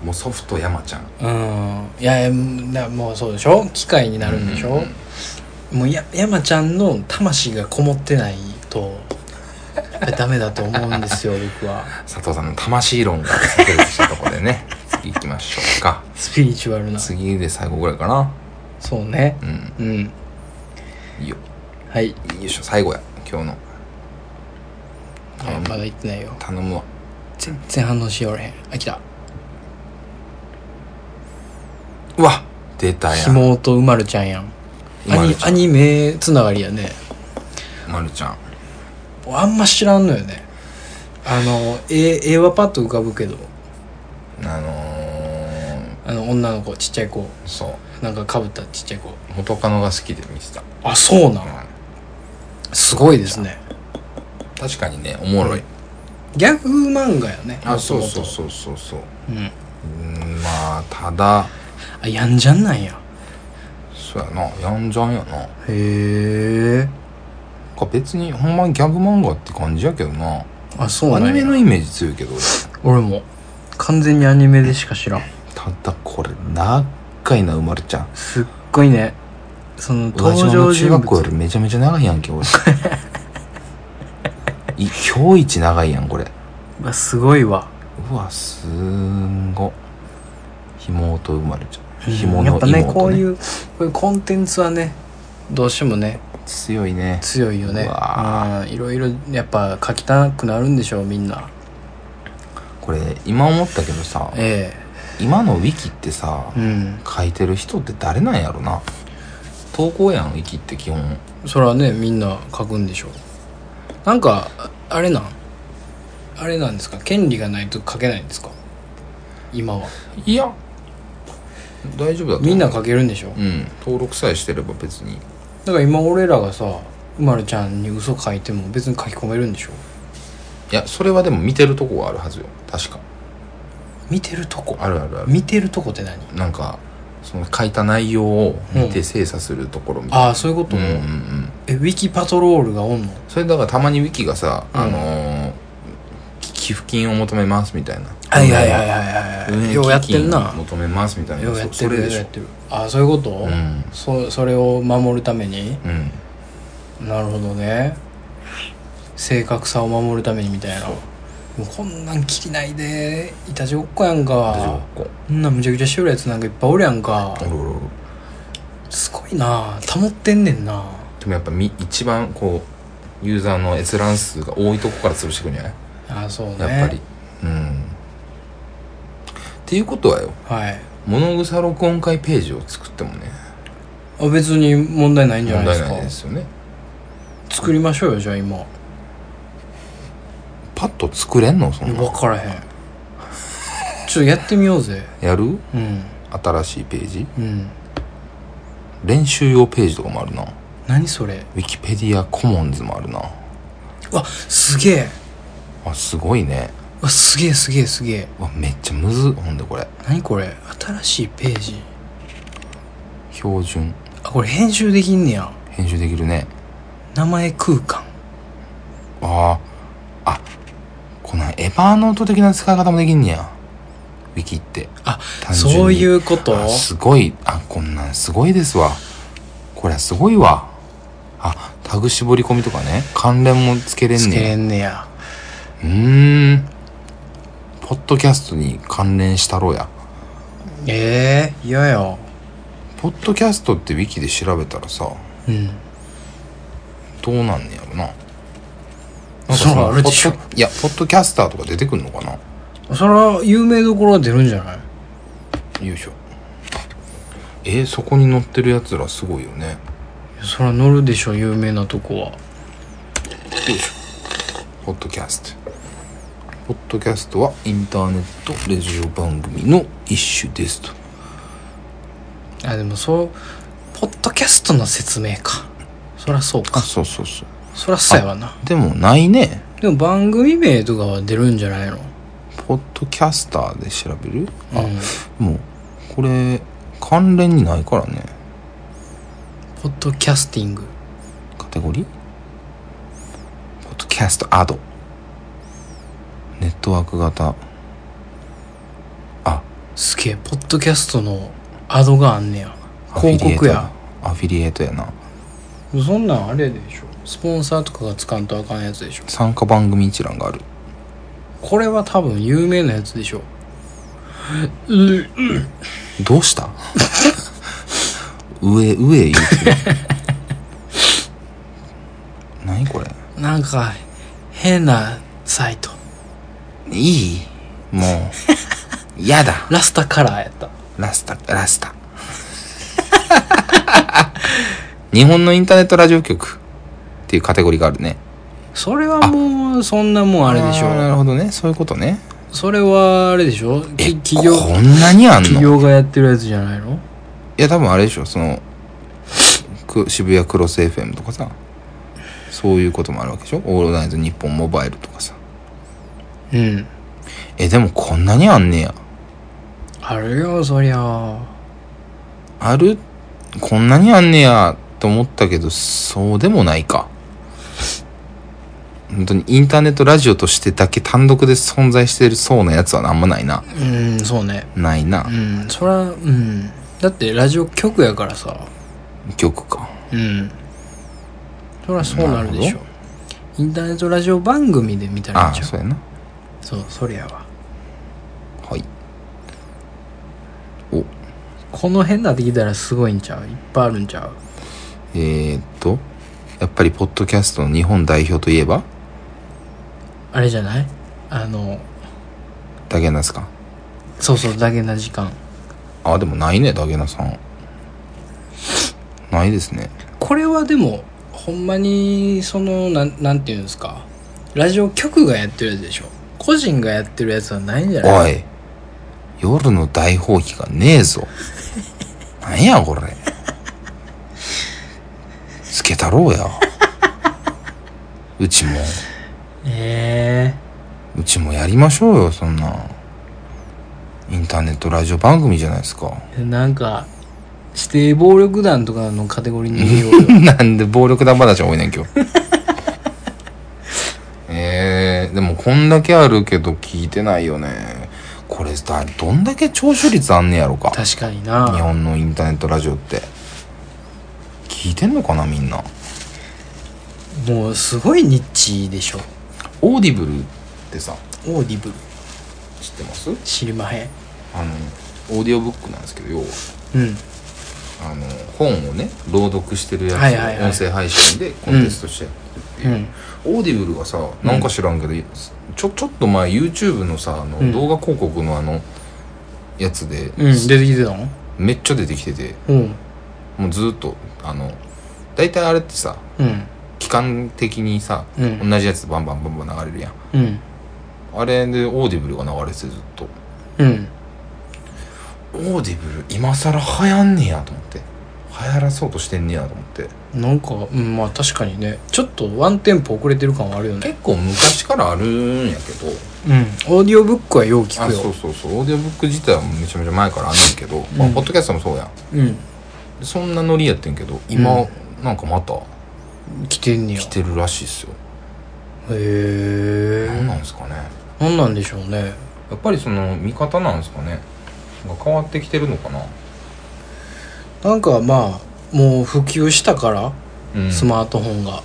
Speaker 1: もうソフト山ちゃん
Speaker 2: うんいやうんだもうそうでしょ機械になるんでしょ、もうや山ちゃんの魂がこもってないとやっぱりダメだと思うん
Speaker 1: (laughs)
Speaker 2: ですよ僕は
Speaker 1: 佐藤さんの魂論が炸裂したとこでね (laughs) 次行きましょうか
Speaker 2: スピリチュアルな
Speaker 1: 次で最後ぐらいかな
Speaker 2: そうね
Speaker 1: うん
Speaker 2: うん
Speaker 1: いいよ
Speaker 2: はい
Speaker 1: よいしょ最後や今日の頼む
Speaker 2: まだ言ってないよ
Speaker 1: 頼むわ
Speaker 2: 全然反応しおれへんあ来た
Speaker 1: うわ出たやん
Speaker 2: 妹うまるちゃんやんア
Speaker 1: ま
Speaker 2: ニ
Speaker 1: るち
Speaker 2: ア
Speaker 1: ゃん
Speaker 2: ニメつながりやね
Speaker 1: まるちゃん
Speaker 2: あんま知らんのよねあの絵絵はパッと浮かぶけど
Speaker 1: あの
Speaker 2: あの女の子ちっちゃい子
Speaker 1: ー、そう
Speaker 2: なんかかぶったちっちゃい子
Speaker 1: 元カノが好きで見てた、
Speaker 2: あそうなのすごいですね
Speaker 1: 確かにねおもろい、
Speaker 2: ギャグ漫画やね
Speaker 1: あそうそうそうそうそう
Speaker 2: う、うん、
Speaker 1: うんまあただ
Speaker 2: あやんじゃんなんや
Speaker 1: そうやなやんじゃんやな
Speaker 2: へえ
Speaker 1: か別にほんまギャグ漫画って感じやけどな
Speaker 2: あそうな
Speaker 1: ア
Speaker 2: んや
Speaker 1: ニメのイメージ強いけど
Speaker 2: 俺も完全にアニメでしか知らん
Speaker 1: ただこれ長いな生まれちゃん
Speaker 2: すっごいねその登
Speaker 1: 私
Speaker 2: 場
Speaker 1: の中
Speaker 2: 人
Speaker 1: 学校より
Speaker 2: 物
Speaker 1: めちゃめちゃ長いやんけ
Speaker 2: (laughs)
Speaker 1: 俺い今日一長いやんこれ
Speaker 2: がすごいわ
Speaker 1: うわすんご妹生まれちゃん紐
Speaker 2: や
Speaker 1: の妹、
Speaker 2: っぱ
Speaker 1: ね
Speaker 2: ねこういうこういうコンテンツはねどうしてもね
Speaker 1: 強いね
Speaker 2: 強いよね
Speaker 1: うわ
Speaker 2: うんいろいろやっぱ書きたくなるんでしょうみんな
Speaker 1: これ今思ったけどさ
Speaker 2: え
Speaker 1: 今のウィキってさ
Speaker 2: えうん
Speaker 1: 書いてる人って誰なんやろな投稿やんウィキって基本
Speaker 2: それはねみんな書くんでしょうなんかああれなんあれなんですか権利がないと書けないんですか今はい
Speaker 1: や大丈夫だと思う
Speaker 2: みんな書けるんでしょ
Speaker 1: うん登録さえしてれば別に
Speaker 2: だから今俺らがさうまるちゃんに嘘書いても別に書き込めるんでしょ
Speaker 1: いやそれはでも見てるとこはあるはずよ確か
Speaker 2: 見てるとこ
Speaker 1: あるあるある
Speaker 2: 見てるとこって何
Speaker 1: なんかその書いた内容を見
Speaker 2: う
Speaker 1: て
Speaker 2: ん
Speaker 1: 精査するところみたい
Speaker 2: ああそういうこと、
Speaker 1: な、うん、うんうん
Speaker 2: えウィキパトロールがおんの
Speaker 1: それだからたまにウィキがさ、
Speaker 2: うん
Speaker 1: あのーき寄付金を求めますみたいな
Speaker 2: はいはいはいはい
Speaker 1: 運
Speaker 2: は
Speaker 1: 営
Speaker 2: いようやってん
Speaker 1: 基
Speaker 2: な
Speaker 1: 金を求めますみたいな
Speaker 2: ようや
Speaker 1: そ
Speaker 2: って
Speaker 1: それ
Speaker 2: る
Speaker 1: で
Speaker 2: よう
Speaker 1: し
Speaker 2: やっ
Speaker 1: ょ
Speaker 2: てるああそういうこと、
Speaker 1: うん
Speaker 2: そそれを守るために
Speaker 1: うん
Speaker 2: なるほどね正確さを守るためにみたいなもうこんなん切りないでいたちごっこやん
Speaker 1: 大丈
Speaker 2: か
Speaker 1: 夫
Speaker 2: こんなんむちゃくちゃしよるやつなんかいっぱいおるやんか
Speaker 1: おるおるおる
Speaker 2: すごいな保ってんねんな
Speaker 1: でもやっぱみ一番こうユーザーの閲覧数が多いとこから潰してくんじゃない
Speaker 2: あそうね
Speaker 1: やっぱり、うんっていうことはよ
Speaker 2: はい
Speaker 1: 物草録音会ページを作ってもね
Speaker 2: あ別に問題ないんじゃ
Speaker 1: 問
Speaker 2: ないで
Speaker 1: 題
Speaker 2: す
Speaker 1: ない
Speaker 2: か
Speaker 1: ですよね
Speaker 2: 作りましょうよじゃあ今
Speaker 1: パッと作れんのそんな
Speaker 2: 分からへんちょっとやってみようぜ
Speaker 1: やる
Speaker 2: うん
Speaker 1: 新しいページ
Speaker 2: うん
Speaker 1: 練習用ページとかもあるな
Speaker 2: 何それ
Speaker 1: ウィキペディアコモンズもあるな
Speaker 2: わすげえ
Speaker 1: あすごいね
Speaker 2: わすげえすげえすげえ
Speaker 1: うわめっちゃむずっほんでこれ
Speaker 2: 何これ新しいページ
Speaker 1: 標準
Speaker 2: あこれ編集できんねや
Speaker 1: 編集できるね
Speaker 2: 名前空間
Speaker 1: あああこのエヴァノート的な使い方もできんねやウィキって
Speaker 2: あ
Speaker 1: 単純に
Speaker 2: そういうこと
Speaker 1: あすごいあこんなんすごいですわこれはすごいわあタグ絞り込みとかね関連もつけれん
Speaker 2: つけ
Speaker 1: ね
Speaker 2: れんねや
Speaker 1: うーんポッドキャストに関連したろうや
Speaker 2: ええ嫌よ
Speaker 1: ポッドキャストってウィキで調べたらさ
Speaker 2: うん
Speaker 1: どうなんねやろななんか
Speaker 2: そらあれでしょ
Speaker 1: ポッドいやポッドキャスターとか出てくんのかな
Speaker 2: それは有名どころは出るんじゃない
Speaker 1: よいしょえーそこに載ってるやつらすごいよね
Speaker 2: そりゃ乗るでしょ有名なとこは
Speaker 1: ポッドキャスト。ポッドキャストはインターネットレジオ番組の一種ですと。
Speaker 2: あでもそうポッドキャストの説明かそりゃそうか
Speaker 1: そうそうそう。
Speaker 2: そりゃそうやわな
Speaker 1: でもないね。
Speaker 2: でも番組名とかは出るんじゃないの
Speaker 1: ポッドキャスターで調べる
Speaker 2: う
Speaker 1: あ、
Speaker 2: ん
Speaker 1: もう、これ、関連にないからね。
Speaker 2: ポッドキャスティング
Speaker 1: カテゴリーポッドキャストアド。ネットワーク型。あ、
Speaker 2: すげえポッドキャストのアドがあんねや広告や。
Speaker 1: アフィリエイトやな。
Speaker 2: そんなんあれでしょスポンサーとかがつかんとあかんやつでしょ
Speaker 1: 参加番組一覧がある。
Speaker 2: これは多分有名なやつでしょう
Speaker 1: どうした (laughs) 上、上言うてる。 (laughs) 何これ
Speaker 2: なんか変なサイト
Speaker 1: いいもう。やだ。
Speaker 2: ラスタカラーやった
Speaker 1: ラスタ、ラスタ。 (laughs) 日本のインターネットラジオ局っていうカテゴリーがあるね。
Speaker 2: それはもうそんなもんあれでし
Speaker 1: ーな
Speaker 2: ょ
Speaker 1: るほどね。そういうことね。
Speaker 2: それはあれでしょ
Speaker 1: え、
Speaker 2: き企業
Speaker 1: こんなにあん
Speaker 2: 企
Speaker 1: のい
Speaker 2: 業がやってるやつじゃないの
Speaker 1: や、多分あれでしょ。その、く渋谷クロス FM とかさ。そういうこともあるわけでしょ。オールナイトニッポンモバイルとかさ。
Speaker 2: うん
Speaker 1: え、でもこんなにあんねや。
Speaker 2: あるよそりゃ
Speaker 1: あるこんなにあんねやと思ったけど、そうでもないか。本当にインターネットラジオとしてだけ単独で存在してるそうなやつはあんまないな。
Speaker 2: うんそうね
Speaker 1: ないな
Speaker 2: う。んそりゃうんだってラジオ局やからさ
Speaker 1: 曲か。
Speaker 2: うんそりゃそうなるで
Speaker 1: な
Speaker 2: し
Speaker 1: る
Speaker 2: ょインターネットラジオ番組で見たらいい
Speaker 1: あ
Speaker 2: んち
Speaker 1: あ、
Speaker 2: ゃう
Speaker 1: そうやな。
Speaker 2: そうそりゃわ
Speaker 1: はい。お、
Speaker 2: この辺なってきたらすごいんちゃういっぱいあるんちゃう
Speaker 1: えー、っと、やっぱりポッドキャストの日本代表といえば
Speaker 2: あれじゃないあの
Speaker 1: ダゲナスか。
Speaker 2: そうそうだけな時間
Speaker 1: あ、でもないね、ダゲナさん。ないですね。
Speaker 2: これはでもほんまにそのなんなんていうんですかラジオ局がやってるやつでしょ個人がやってるやつはないんじゃない
Speaker 1: おい夜の大放棄がねえぞなんやこれつけたろうやうちも
Speaker 2: え
Speaker 1: うちもやりましょうよそんなインターネットラジオ番組じゃないですか (laughs)
Speaker 2: えなんか指定暴力団とかのカテゴリーに入れようよ
Speaker 1: なんで暴力団話多いねん今日えー、でもこんだけあるけど聞いてないよねこれさどんだけ聴取率あんねやろか
Speaker 2: (laughs) 確かに
Speaker 1: 日
Speaker 2: な
Speaker 1: 本のインターネットラジオって聞いてんのかなみんな
Speaker 2: もうすごいニッチでしょ
Speaker 1: オーディブルってさ
Speaker 2: オーディブル
Speaker 1: 知ってます
Speaker 2: 知りまへん
Speaker 1: あのオーディオブックなんですけど要は
Speaker 2: うん
Speaker 1: ああの本をね朗読してるやつ
Speaker 2: はいはいはい
Speaker 1: を音声配信でコンテストしてやってるっていう、オーディブルがさなんか知らんけど、ちょちょっと前 YouTube のさあの、
Speaker 2: うん
Speaker 1: 動画広告のあのやつで、
Speaker 2: うん出てきてたの
Speaker 1: めっちゃ出てきてて
Speaker 2: うん
Speaker 1: もうずっとあの大体あれってさ
Speaker 2: うん
Speaker 1: 期間的にさ
Speaker 2: うん
Speaker 1: 同じやつバンバンバンバン流れるやん
Speaker 2: うん
Speaker 1: あれでオーディブルが流れててずっと
Speaker 2: うん
Speaker 1: オーディブル今更流行んねやと思って流行らそうとしてんねやと思って
Speaker 2: なんかうんまあ確かにねちょっとワンテンポ遅れてる感はあるよね
Speaker 1: 結構昔からあるんやけど
Speaker 2: うんオーディオブックはよう聞
Speaker 1: あ
Speaker 2: く
Speaker 1: そう
Speaker 2: よ
Speaker 1: そうそうオーディオブック自体はめちゃめちゃ前からあんねんけど、まあ、
Speaker 2: うん
Speaker 1: ポッドキャストもそうやん
Speaker 2: うん
Speaker 1: そんなノリやってんけど今、なんかまた
Speaker 2: 来てんねや
Speaker 1: 来てるらしいっすよ、
Speaker 2: へ
Speaker 1: なん
Speaker 2: え
Speaker 1: なんですかねや
Speaker 2: なんなんでしょうね
Speaker 1: っぱりその見方なんですかねが変わってきてるのかな、
Speaker 2: なんかまあもう普及したから
Speaker 1: うん、
Speaker 2: スマートフォンが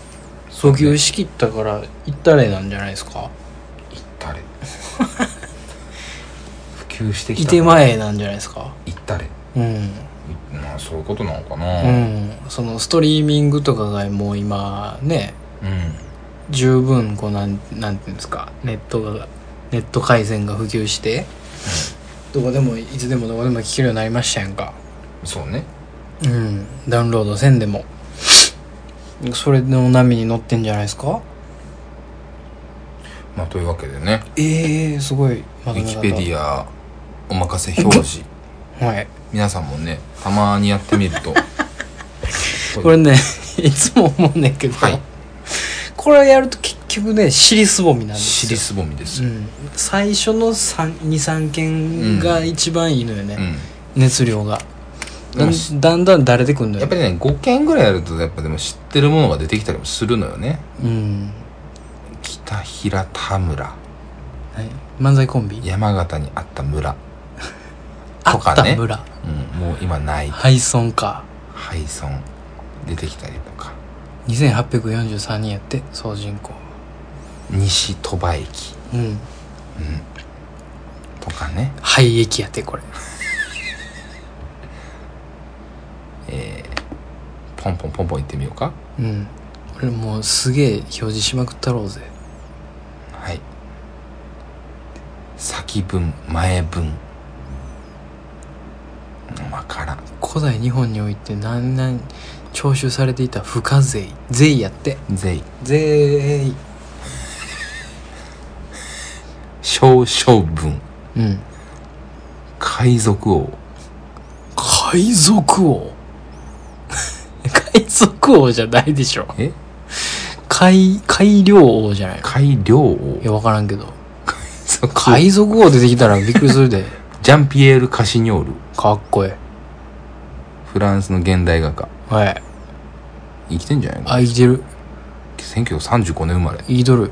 Speaker 1: そ
Speaker 2: 普
Speaker 1: うね
Speaker 2: 及しきったから行ったれなんじゃないですか
Speaker 1: った
Speaker 2: (laughs)
Speaker 1: れ普及してき
Speaker 2: い
Speaker 1: た
Speaker 2: て前なんじゃないですか
Speaker 1: 行ったれ
Speaker 2: うん
Speaker 1: まあそういうことなのかな
Speaker 2: う、んそのストリーミングとかがもう今ね
Speaker 1: うん
Speaker 2: 十分こうなんなんていうんですかネットがネット回線が普及してどこでもいつでもどこでも聞けるようになりましたやんか
Speaker 1: そうね
Speaker 2: うんダウンロードせんでもそれの波に乗ってんじゃないですか
Speaker 1: まあというわけでね
Speaker 2: ええー、すごい
Speaker 1: ウ
Speaker 2: ま
Speaker 1: ィキペデ
Speaker 2: ィ
Speaker 1: ィアお任せ表示 (laughs)
Speaker 2: アはい
Speaker 1: 皆さんもねたまにやってみ
Speaker 2: (laughs)
Speaker 1: ると
Speaker 2: これねいつも思うねんけど、
Speaker 1: はい
Speaker 2: これやると結局ね尻すぼみなんですよ
Speaker 1: 尻すぼみです
Speaker 2: う
Speaker 1: よ、
Speaker 2: ん、最初の23件が一番いいのよね、
Speaker 1: うん
Speaker 2: 熱量が
Speaker 1: で
Speaker 2: だ
Speaker 1: も
Speaker 2: んだんだんだれてくんの
Speaker 1: や
Speaker 2: よ
Speaker 1: っぱりね5件ぐらいやるとやっぱでも知ってるものが出てきたりもするのよね
Speaker 2: うん、
Speaker 1: 北平田村
Speaker 2: はい、漫才コンビ
Speaker 1: 山形にあった村、
Speaker 2: あ
Speaker 1: とか
Speaker 2: っ
Speaker 1: ね
Speaker 2: た村
Speaker 1: うん、もう今ない
Speaker 2: 廃村か
Speaker 1: 廃村出てきたりとか
Speaker 2: 2843人やって総人口
Speaker 1: 西鳥羽駅
Speaker 2: うん
Speaker 1: とかね
Speaker 2: 廃駅やってこれ
Speaker 1: ポンポンポンポン行ってみようか
Speaker 2: うん俺もうすげえ表示しまくったろうぜ
Speaker 1: はい先文前文わからん
Speaker 2: 古代日本において何々徴収されていた不可税税やって
Speaker 1: 税
Speaker 2: 税
Speaker 1: 少々文
Speaker 2: うん
Speaker 1: 海賊王
Speaker 2: 海賊王 (laughs) 海賊王じゃないでしょ
Speaker 1: え
Speaker 2: 海海領王じゃないの
Speaker 1: 海良王
Speaker 2: いや分からんけど
Speaker 1: 海賊王
Speaker 2: 海賊王出てきたらびっくりするで (laughs)
Speaker 1: ジャンピエール・カシニョール
Speaker 2: かっこえ
Speaker 1: フランスの現代画家
Speaker 2: えはい
Speaker 1: 生きてんじゃないの
Speaker 2: あ生きてる
Speaker 1: 1935年生まれ
Speaker 2: 生きとる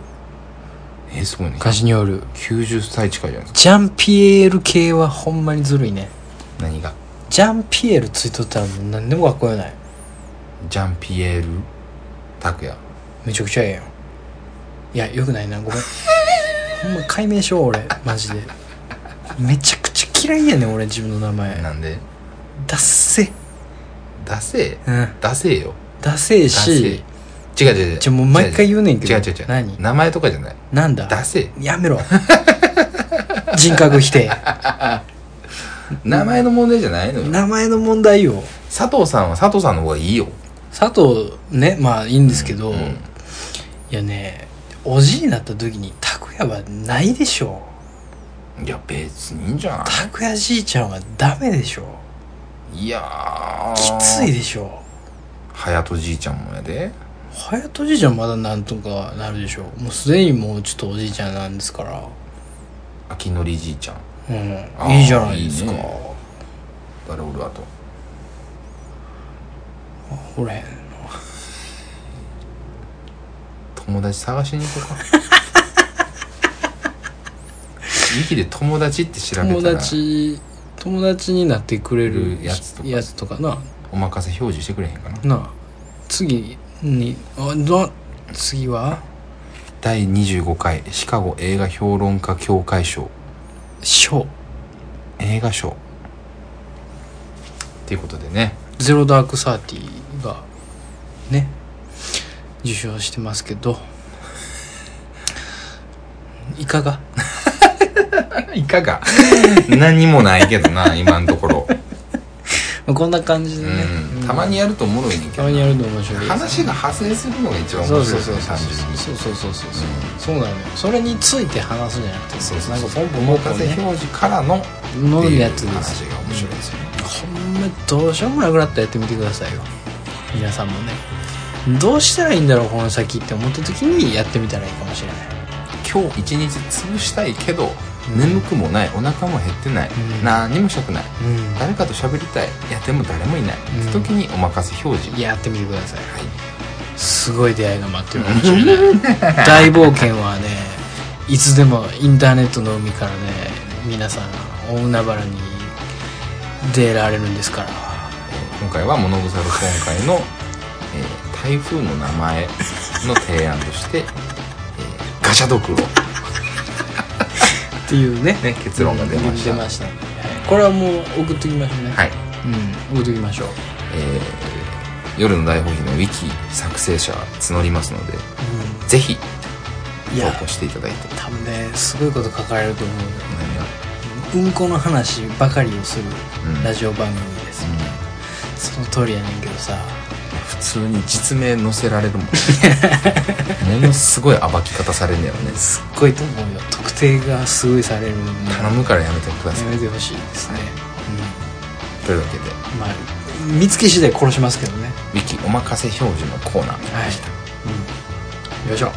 Speaker 1: えー、すごいね
Speaker 2: カシニョール
Speaker 1: 90歳近いじゃないですか
Speaker 2: ジャンピエール系はほんまにずるいね
Speaker 1: 何が
Speaker 2: ジャンピエールついとったらもう何でもかっこよない
Speaker 1: ジャンピエール拓也
Speaker 2: めちゃくちゃええやんいやよくないなごめん (laughs) ほんま解明しよう俺マジでめちゃくちゃ嫌いやねん俺自分の名前
Speaker 1: なんで
Speaker 2: ダッセ
Speaker 1: ダセえ
Speaker 2: うん
Speaker 1: ダセえよ
Speaker 2: ダセえ
Speaker 1: ダセえ
Speaker 2: し
Speaker 1: 違う違う違う
Speaker 2: じゃもう毎回言うねんけど
Speaker 1: 違う違う違う
Speaker 2: 何
Speaker 1: 名前とかじゃない
Speaker 2: なんだ
Speaker 1: ダセえ
Speaker 2: やめろ人格否定
Speaker 1: 名前の問題じゃないのよ
Speaker 2: 名前の問題よ
Speaker 1: 佐藤さんは佐藤さんの方がいいよ
Speaker 2: 佐藤ねまあいいんですけど、
Speaker 1: うん
Speaker 2: いやねおじいになった時に拓也はないでしょ
Speaker 1: いや別にいいんじゃな
Speaker 2: 拓也じいちゃんはダメでしょ
Speaker 1: いいやー
Speaker 2: きついでしょ
Speaker 1: 隼人じいちゃんもやで
Speaker 2: 隼人じいちゃんまだなんとかなるでしょもうすでにもうちょっとおじいちゃんなんですから
Speaker 1: 秋のりじいちゃん
Speaker 2: うん
Speaker 1: ー
Speaker 2: いいじゃないですか
Speaker 1: いいね誰おるあと
Speaker 2: おれへんの
Speaker 1: 友達探しに行こうか
Speaker 2: (laughs)
Speaker 1: 息で友達って調べ
Speaker 2: 友
Speaker 1: たら
Speaker 2: 達友達になってくれる
Speaker 1: やつとか
Speaker 2: やつとかな
Speaker 1: お任せ表示してくれへんかな
Speaker 2: なあ次にあな次は
Speaker 1: 第25回シカゴ映画評論家協会賞
Speaker 2: 賞
Speaker 1: 映画賞っていうことでね
Speaker 2: ゼロダークサーティがね受賞してますけどいかが (laughs)
Speaker 1: いかが何もないけど
Speaker 2: (laughs)
Speaker 1: な今のところ、
Speaker 2: まあこんな感じでね、
Speaker 1: う、
Speaker 2: うんん
Speaker 1: たまにやるとおもろいねんけ
Speaker 2: た
Speaker 1: ど
Speaker 2: まにやるの面白いです
Speaker 1: 話が派生するのが一番
Speaker 2: そ
Speaker 1: 面
Speaker 2: う
Speaker 1: 白
Speaker 2: そ
Speaker 1: いうです
Speaker 2: そう
Speaker 1: ね単
Speaker 2: そう
Speaker 1: 純に
Speaker 2: そうそうそうそうそうなのよそれについて話すんじゃなくて
Speaker 1: そうそう
Speaker 2: なんかポンポンポ
Speaker 1: 網
Speaker 2: ンポン
Speaker 1: 風
Speaker 2: ね
Speaker 1: 表示からのって
Speaker 2: の
Speaker 1: いう
Speaker 2: やつです
Speaker 1: 話が面白いですよね
Speaker 2: ほんまどうしようもなくなったらやってみてくださいよ皆さんもねどうしたらいいんだろうこの先って思った時にやってみたらいいかもしれない
Speaker 1: 今日一日潰したいけど眠くもないお腹も減ってない、
Speaker 2: うん
Speaker 1: 何もしたくない
Speaker 2: うん
Speaker 1: 誰かと喋りたいいやでも誰もいない、
Speaker 2: うん
Speaker 1: って時にお任せ表示
Speaker 2: やってみてください
Speaker 1: はい
Speaker 2: すごい出会いが待ってるかもしれ
Speaker 1: (laughs)
Speaker 2: ない大冒険はねいつでもインターネットの海からね皆さん大海原に出られるんですから
Speaker 1: 今回は「モノブサル」今回の、えー台風の名前の提案として、えーガシャドクロ
Speaker 2: っていうね
Speaker 1: ね結論が出ました
Speaker 2: 出ましたねはいこれはもう送っときましょうね
Speaker 1: はい、
Speaker 2: うん送っときましょう、
Speaker 1: えー夜の大放棄のウィキ作成者募りますのでぜひ
Speaker 2: いや
Speaker 1: 投稿していただいて
Speaker 2: 多分ねすごいこと書かれると思うので
Speaker 1: 何が
Speaker 2: うんこの話ばかりをする
Speaker 1: うん
Speaker 2: ラジオ番組です、
Speaker 1: うん
Speaker 2: その通りやねんけどさ
Speaker 1: 普通に実名載せられるもん (laughs) ものすごい暴き方されんだよね
Speaker 2: すっごいと思うよ特定がすごいされるのも
Speaker 1: 頼むからやめてくだ
Speaker 2: や
Speaker 1: さい
Speaker 2: めてほしいですね、
Speaker 1: というわけで
Speaker 2: うん、まあ見つけ次第殺しますけどね
Speaker 1: ウィキお任せ表示のコーナー
Speaker 2: はい、うん、よいしょ